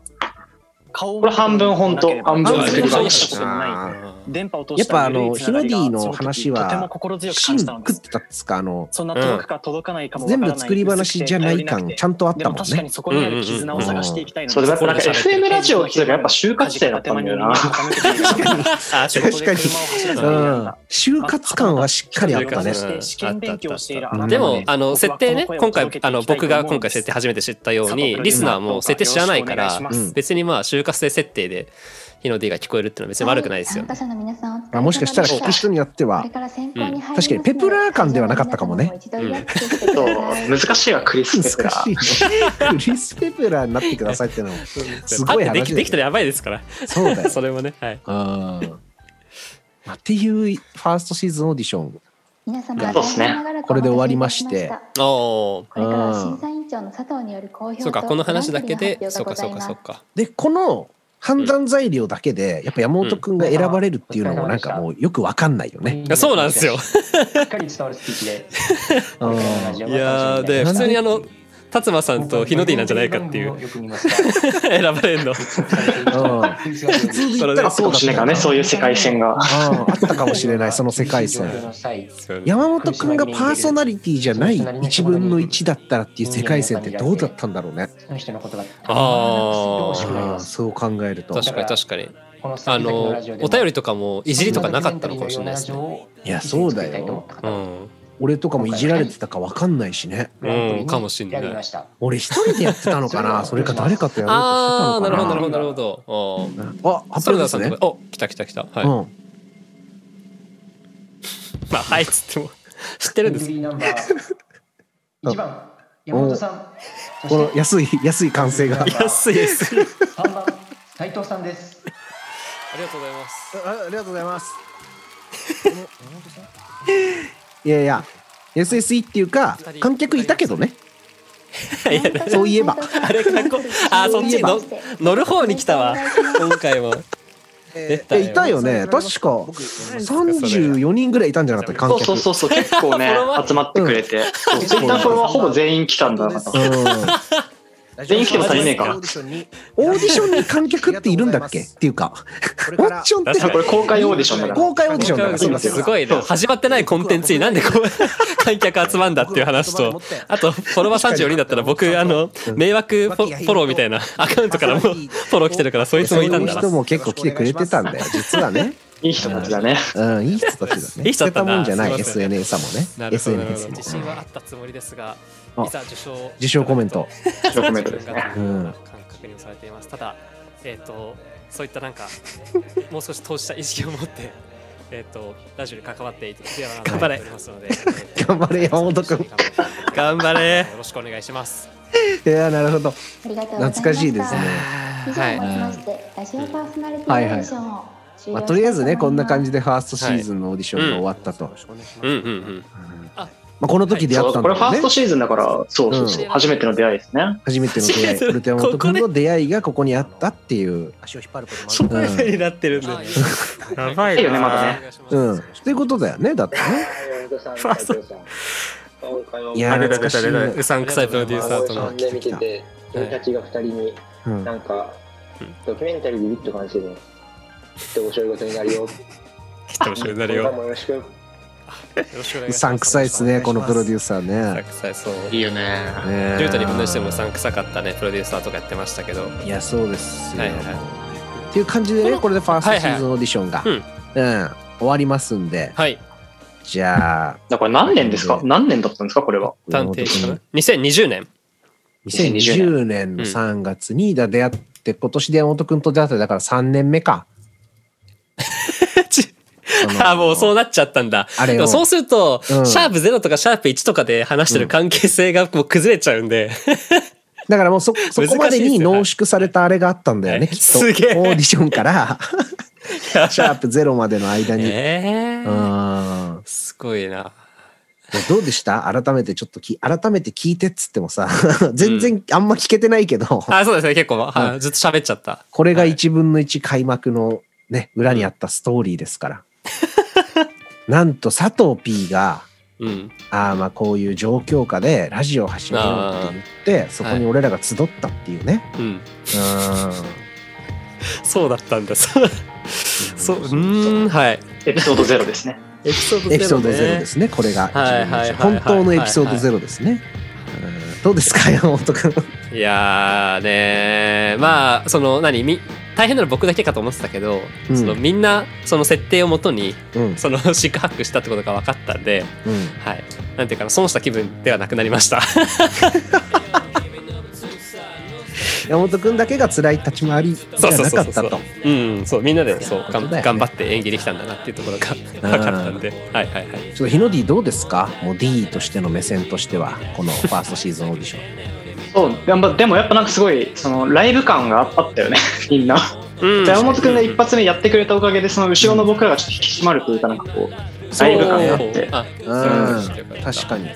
Speaker 10: こ
Speaker 7: これ半分本当、半分作り
Speaker 10: 半分
Speaker 7: 話
Speaker 10: 作。り話
Speaker 2: うん
Speaker 10: 電波を通
Speaker 1: やっ
Speaker 10: した
Speaker 1: ぱあの、
Speaker 10: 唯一
Speaker 1: ヒ
Speaker 10: つなが
Speaker 1: ロデ
Speaker 10: りが
Speaker 1: ィの話
Speaker 10: その時と
Speaker 1: は
Speaker 10: ても心、強く
Speaker 1: 芯
Speaker 10: 感じたんで
Speaker 1: 食っ
Speaker 10: す
Speaker 1: て。たっつか、あの、
Speaker 10: そんな遠くか届かないかもわから
Speaker 1: 全
Speaker 10: ない
Speaker 1: 部作り話じゃない感、ちゃんとあっ
Speaker 10: で
Speaker 1: た
Speaker 10: も
Speaker 1: もん
Speaker 10: 確か
Speaker 1: ね。
Speaker 10: にそこにある絆を探していきたいの
Speaker 7: そう、でもやっぱなんか
Speaker 2: そこで喋って
Speaker 7: FM ラジオを聞いたらやっぱ就活生だったんだよな。
Speaker 2: あー
Speaker 1: 確かにうん。就活感はしっかりあったね。
Speaker 10: ね
Speaker 2: でもあの設定ね今回あの僕が今回設定
Speaker 10: 定
Speaker 2: 初めて知ったようにリスナーも設定知らないから
Speaker 1: うん
Speaker 2: 別にまあ就活生設定でヒノディが聞こえるってのは別に悪くないですよ [laughs]
Speaker 6: 参加者の皆さんお疲れ様でし
Speaker 1: あもしかしたら聞く人によって
Speaker 6: こ
Speaker 1: は
Speaker 6: れ、から選考に入りますので
Speaker 1: 確かにペプラー感ではなかったかもね。
Speaker 6: 一度リラックスしてくだ
Speaker 7: そう
Speaker 6: さい、
Speaker 7: 難しいわ、クリ
Speaker 1: 難
Speaker 7: ス・ペプラ
Speaker 1: し
Speaker 7: ー。
Speaker 1: いね。 [laughs] クリス・ペプラーになってくださいってのも、すごい
Speaker 2: あってで
Speaker 1: 話
Speaker 2: きできた
Speaker 1: ね。
Speaker 2: らやばいですから
Speaker 1: そうだよ。
Speaker 2: それもねはい
Speaker 1: うんまあっていうファーストシーズンオーディション
Speaker 6: 皆様
Speaker 7: そうっす
Speaker 6: 大
Speaker 7: ね
Speaker 6: 変長らくお待たせいたしました
Speaker 1: これで終わりまして
Speaker 2: おお
Speaker 6: これからは審査委員長の佐藤による公表と
Speaker 2: そうかこの話だけで
Speaker 6: グランプ
Speaker 2: そう
Speaker 6: リの
Speaker 2: か
Speaker 6: 発
Speaker 2: そう
Speaker 6: 表がご
Speaker 2: か
Speaker 6: ざいます
Speaker 2: そうか
Speaker 1: でこの判断材料だけでやっぱ山本君が選ばれるっていうのもなんかもうよくわかんないよね。
Speaker 2: いやそうなんですよ。
Speaker 3: しっかり伝わるスピーチで。
Speaker 1: うん
Speaker 2: いやーで普通にあの辰馬さんと日の出なんじゃないかっていう
Speaker 3: よく見ました。
Speaker 2: [laughs] 選ばれるの
Speaker 1: 普通に言ったら
Speaker 7: そ
Speaker 1: そううか
Speaker 7: かもしれない
Speaker 1: か
Speaker 7: からね、そういう世界線が。
Speaker 1: ああったかもしれないその世界線。山本君がパーソナリティじゃない1分の1だったらっていう世界線ってどうだったんだろうね。
Speaker 3: その人のことが。
Speaker 2: あー
Speaker 1: ああそう考えると。
Speaker 2: 確かに確かに
Speaker 3: この
Speaker 2: あのお便りとかもいじりとかなかったのかもしれないですね
Speaker 3: ね。
Speaker 1: いやそうだよ。
Speaker 2: うん
Speaker 1: 俺とかもいじられてたかわかんないしね。
Speaker 2: うんかもしんない
Speaker 3: 選びました
Speaker 1: 俺一人でやってたのか [laughs] なそれか誰かとやろう
Speaker 2: ああ
Speaker 1: としてたのかな
Speaker 2: なるほどなるほどなるほどおー
Speaker 1: ど。あ発
Speaker 2: それ
Speaker 1: 表
Speaker 2: だ
Speaker 1: です
Speaker 2: さ
Speaker 1: ね
Speaker 2: んと。かお来た来た来たはい
Speaker 1: うん。
Speaker 2: まあはいっつっても [laughs] 知ってるんです
Speaker 3: エントリーナンバー一番山本さん。そ
Speaker 1: この
Speaker 3: して
Speaker 1: 安い安い歓声が。
Speaker 2: [laughs] 安いですあ
Speaker 3: 三番斉藤さんです。
Speaker 2: りがとうございます
Speaker 1: あありがとうございます。 [laughs] いやいや、SSE っていうか、観客いたけどね。そういえば
Speaker 6: あれ
Speaker 2: かっこ [laughs] あーそっちの乗る方に来たわ今回も出
Speaker 4: え
Speaker 2: た
Speaker 1: えいたよね。
Speaker 4: そうそう
Speaker 1: 確か
Speaker 4: 僕
Speaker 1: 34人ぐらいいたんじゃなかった観
Speaker 7: そう
Speaker 1: 客。
Speaker 7: そうそうそう、結構ね
Speaker 2: フォロワ、ー
Speaker 7: 集まってくれて。そうツイッターフォロワーほぼ全員来たんだな。
Speaker 4: そ
Speaker 1: うん
Speaker 7: 全員来ても足りねえか
Speaker 4: オーディションに
Speaker 1: [laughs] オーディションに観客っているんだっけっていうか、
Speaker 4: これ
Speaker 1: オー
Speaker 4: か
Speaker 1: ディ
Speaker 4: ら
Speaker 1: ションっ
Speaker 2: 確か
Speaker 1: て
Speaker 2: に
Speaker 7: これ公開オーディションだから。
Speaker 1: 公開オーディションだから
Speaker 7: そうなんですよ
Speaker 2: すごいね始まってないコンテンツになんで
Speaker 1: [laughs]
Speaker 2: こう観客集まんだっていう話とあとフォロワー34人だったら僕あの迷惑フォフォローみたいなアカウントからもフォロー来てるからそいつ
Speaker 1: そ
Speaker 2: も
Speaker 1: う
Speaker 2: いたんだ
Speaker 1: いう
Speaker 2: な
Speaker 1: 人も結構来てくれてたん
Speaker 2: [laughs]
Speaker 1: だよ、実はね。
Speaker 7: いい人たちだね。
Speaker 1: うん、いい人たちだね。
Speaker 2: いい人だったな
Speaker 1: 捨てもんじゃない、
Speaker 2: すい
Speaker 1: SNS も
Speaker 2: な
Speaker 1: ね。
Speaker 2: るほどなるほ
Speaker 1: SNS
Speaker 2: ど
Speaker 1: も。
Speaker 2: 自信はあったつもりですが
Speaker 1: あ
Speaker 2: いざ受賞
Speaker 1: 受賞コメント。
Speaker 7: 一コメントですね。
Speaker 1: うん
Speaker 2: 確認されていますただえっ、とそういった [laughs] なんかもう少し投資した意識を持ってえっ、とラジオに関わっていくような頑張れますので
Speaker 1: 頑張れ山本君
Speaker 2: 頑張れよろしくお願いします
Speaker 1: いや、なるほど。
Speaker 6: 懐
Speaker 1: 懐かしいですね。
Speaker 6: 以上をもちましてラジオパーソナリティ
Speaker 1: はい
Speaker 6: ーオー
Speaker 1: はい
Speaker 6: ディションを終了したいと思います
Speaker 1: まあ、とりあえずね、こんな感じでファーストシーズンのオーディションが終わったと。
Speaker 2: うんうんうん
Speaker 1: まあ、この時出会
Speaker 7: そ
Speaker 1: った
Speaker 7: うんこ
Speaker 1: だ
Speaker 7: れファ
Speaker 1: よ
Speaker 7: ー
Speaker 1: ね
Speaker 7: スト。シーズンだから、そうそうそうう、
Speaker 2: ん
Speaker 7: 初めての出会いですね。
Speaker 1: 初めての出会い。
Speaker 2: シーズン
Speaker 1: ルテ山本君
Speaker 2: こ
Speaker 1: の出会いがここにあったっていう。
Speaker 4: 足を引っ張ることもある
Speaker 2: そんな
Speaker 1: う
Speaker 2: 風になってるんで
Speaker 5: あいい
Speaker 2: やばい
Speaker 7: いいよねまだね
Speaker 1: うん。っていうことだよね、だってね。
Speaker 8: ファースト。今回も
Speaker 1: いや
Speaker 2: あ
Speaker 1: ー、
Speaker 2: 出た
Speaker 1: 懐か
Speaker 2: 出
Speaker 1: したいね
Speaker 2: 出たうさんくさいプロデューサーと
Speaker 8: あの
Speaker 2: の
Speaker 8: 番組見てて、
Speaker 2: はい
Speaker 8: 君たちが二人に、
Speaker 1: うん
Speaker 8: なんか
Speaker 2: うん、
Speaker 8: ドキュメンタリーでビッと感じてね、きっと面白いことになるよ。きっ
Speaker 2: [laughs] きっと面白いなるよ
Speaker 8: 今もよろしく。
Speaker 2: よろしくお願
Speaker 1: う
Speaker 2: いします
Speaker 1: さんくさいっすね、このプロデューサー
Speaker 2: うさん
Speaker 1: ね。
Speaker 2: くさいそう
Speaker 7: いいよね。
Speaker 1: ね
Speaker 2: リュウタに分類してもうさんくさかったねプロデューサーとかやってましたけど
Speaker 1: いや、そうですよ。
Speaker 2: はい
Speaker 1: っていう感じでね、これでファーストシーズンオーディションが、
Speaker 2: はいはい
Speaker 1: うん、終わりますんで、
Speaker 2: はい
Speaker 1: じゃあ、
Speaker 7: だから何年ですか何年だったんですかこれは。
Speaker 2: 探偵かな2020年
Speaker 1: 2020年の3月にだ出会って、今年で山本君と出会ってだから3年目か。
Speaker 2: [laughs] あもうそうなっちゃったんだ。
Speaker 1: あれを
Speaker 2: でもそうすると、
Speaker 1: うん
Speaker 2: シャープ0とかシャープ1とかで話してる関係性がもう崩れちゃうんで、
Speaker 1: だからも
Speaker 2: [laughs]
Speaker 1: うそそこまでに濃縮されたあれがあったんだよね、
Speaker 2: は
Speaker 1: き
Speaker 2: い
Speaker 1: っと。
Speaker 2: すげえ
Speaker 1: オーディションからシャープゼロまでの間に。
Speaker 2: ええ
Speaker 1: うんも
Speaker 2: すごい
Speaker 1: う
Speaker 2: な。
Speaker 1: どうでした改めてちょっとき改めて聞いてっつってもさ [laughs] 全然あんま聞けてないけど、
Speaker 2: あ、そうですね。結構、はい、ずっと喋っちゃった。
Speaker 1: これが
Speaker 2: はい
Speaker 1: 1分の1開幕のね裏にあったストーリーです
Speaker 2: [laughs]
Speaker 1: から。なんと佐藤 P が
Speaker 2: うん。
Speaker 1: ああまあこういう状況下でラジオを始めようって言ってそこに俺らが集ったっていうね、
Speaker 2: うん。
Speaker 1: うん
Speaker 2: そうだったんだ。そう、そううーん、はい。
Speaker 7: エピソードゼロですね。
Speaker 2: エピソード0、ね。。
Speaker 1: エピソードゼロですすねこれが、
Speaker 2: はいはいはいはい
Speaker 1: 本当のエピソードゼロですね、うんどうです
Speaker 2: [laughs]
Speaker 1: か山本君
Speaker 2: いやーねーまあ、その、何み大変なの僕だけかと思ってたけど、
Speaker 1: うん
Speaker 2: そのみんなその設定をもとに
Speaker 1: うんうん
Speaker 2: その [laughs] シックハックしたってことが分かったんで、はい、なんていうかな損した気分ではなくなり
Speaker 1: [laughs]
Speaker 2: ました。
Speaker 1: 山本君だけが辛い立ち回りじ
Speaker 2: そう
Speaker 1: ゃ
Speaker 2: そう
Speaker 1: な
Speaker 2: そ
Speaker 1: か
Speaker 2: う
Speaker 1: っ
Speaker 2: そ
Speaker 1: た
Speaker 2: う
Speaker 1: と。
Speaker 2: うん、そうみんなでそうがん
Speaker 1: そうだよね
Speaker 2: 頑張って演技できたんだなっていうところが [laughs] 分かったんで、はいはいはい。
Speaker 1: ちょっとヒノディどうですかもう D としての目線としてはこのファーストシーズンオーディション
Speaker 7: そう、でもでもやっぱなんかすごい、そのライブ感があったよね、 [laughs] みんな。
Speaker 2: うん
Speaker 7: 山本君が一発目やってくれたおかげで、その後ろの僕らがちょっと引き締まるというか、なんかこう、だいぶ感があって
Speaker 2: あ
Speaker 1: うん確かにい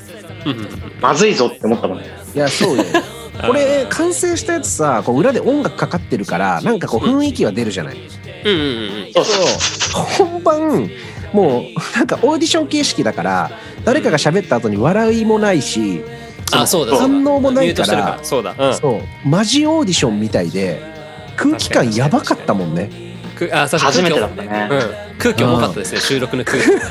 Speaker 2: うんうん
Speaker 7: まずいぞって思ったもんね
Speaker 1: やそうよこれ完成したやつさこう裏で音楽かかってるからなんかこう雰囲気は出るじゃない
Speaker 2: うんうん
Speaker 7: そうそう
Speaker 1: そう本番もう [laughs] なんかオーディション形式だから誰かが喋った後に笑いもないし
Speaker 2: あそうだそうだ
Speaker 1: 反応もな
Speaker 2: ミュ
Speaker 1: い
Speaker 2: ー
Speaker 1: か
Speaker 2: トしてるかららそうだうん
Speaker 1: そうマジオーディションみたいで空気感やばかったもんね
Speaker 2: くあ確かに
Speaker 7: 初めてだったね
Speaker 2: うん、空気重かったですね、収録の空気 [laughs] でも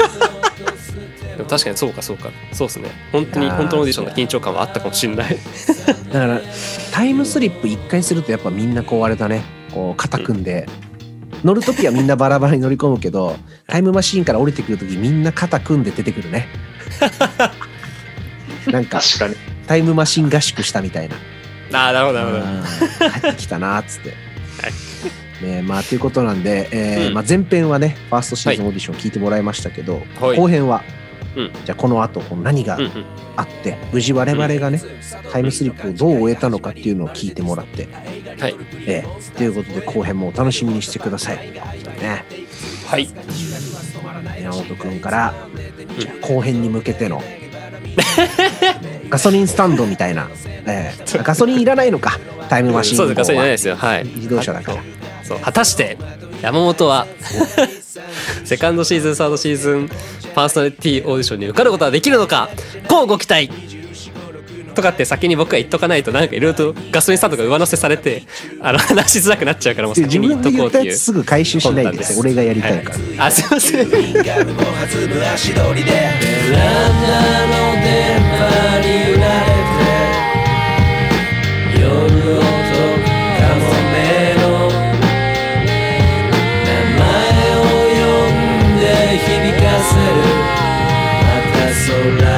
Speaker 2: 確かにそうかそうかそうですね本当に
Speaker 1: あー
Speaker 2: 本当のオーディションの緊張感はあったかもしれない [laughs]
Speaker 1: だからタイムスリップ1回するとやっぱみんなこうあれだねこう肩組んで乗る時はみんなバラバラに乗り込むけどタイムマシーンから降りてくる時みんな肩組んで出てくる
Speaker 2: [laughs]
Speaker 1: ねなんか
Speaker 7: 確かに
Speaker 1: タイムマシン合宿したみたいな
Speaker 2: ああなるほどなるほど、
Speaker 1: うん入ってきたなっつって。ねまあ、ということなんで、えーまあ、前編はねファーストシーズンオーディション聞いてもらいましたけど、
Speaker 2: はい
Speaker 1: 後編は、
Speaker 2: うん
Speaker 1: じゃあこの後こう何が
Speaker 2: うんうん
Speaker 1: あって、無事我々がね、タイムスリップをどう終えたのかっていうのを聞いてもらって、
Speaker 2: はい
Speaker 1: えーということで後編もお楽しみにしてください。ね、
Speaker 2: はい
Speaker 1: 山本君から、じゃあ後編に向けての [laughs] ガソリンスタンドみたいな、えーガソリンいらないのかタイムマシン
Speaker 2: そうですガソリンじゃない
Speaker 1: は
Speaker 2: ですよはい
Speaker 1: 自動車だから。
Speaker 2: そう果たして山本はセカンドシーズンサードシーズンパーソナリティオーディションに受かることはできるのかこうご期待とかって先に僕は言っとかないとなんかいろいろとガソリンスタンドが上乗せされてあの話しづらくなっちゃうからもう
Speaker 1: 自
Speaker 2: 先に
Speaker 1: 分
Speaker 2: 言っ
Speaker 1: で
Speaker 2: と
Speaker 1: 言っ
Speaker 2: こうって
Speaker 1: た
Speaker 2: い
Speaker 1: や
Speaker 2: う
Speaker 1: つすぐ回収しないでください俺がやりたいから、
Speaker 2: あすいません
Speaker 3: 「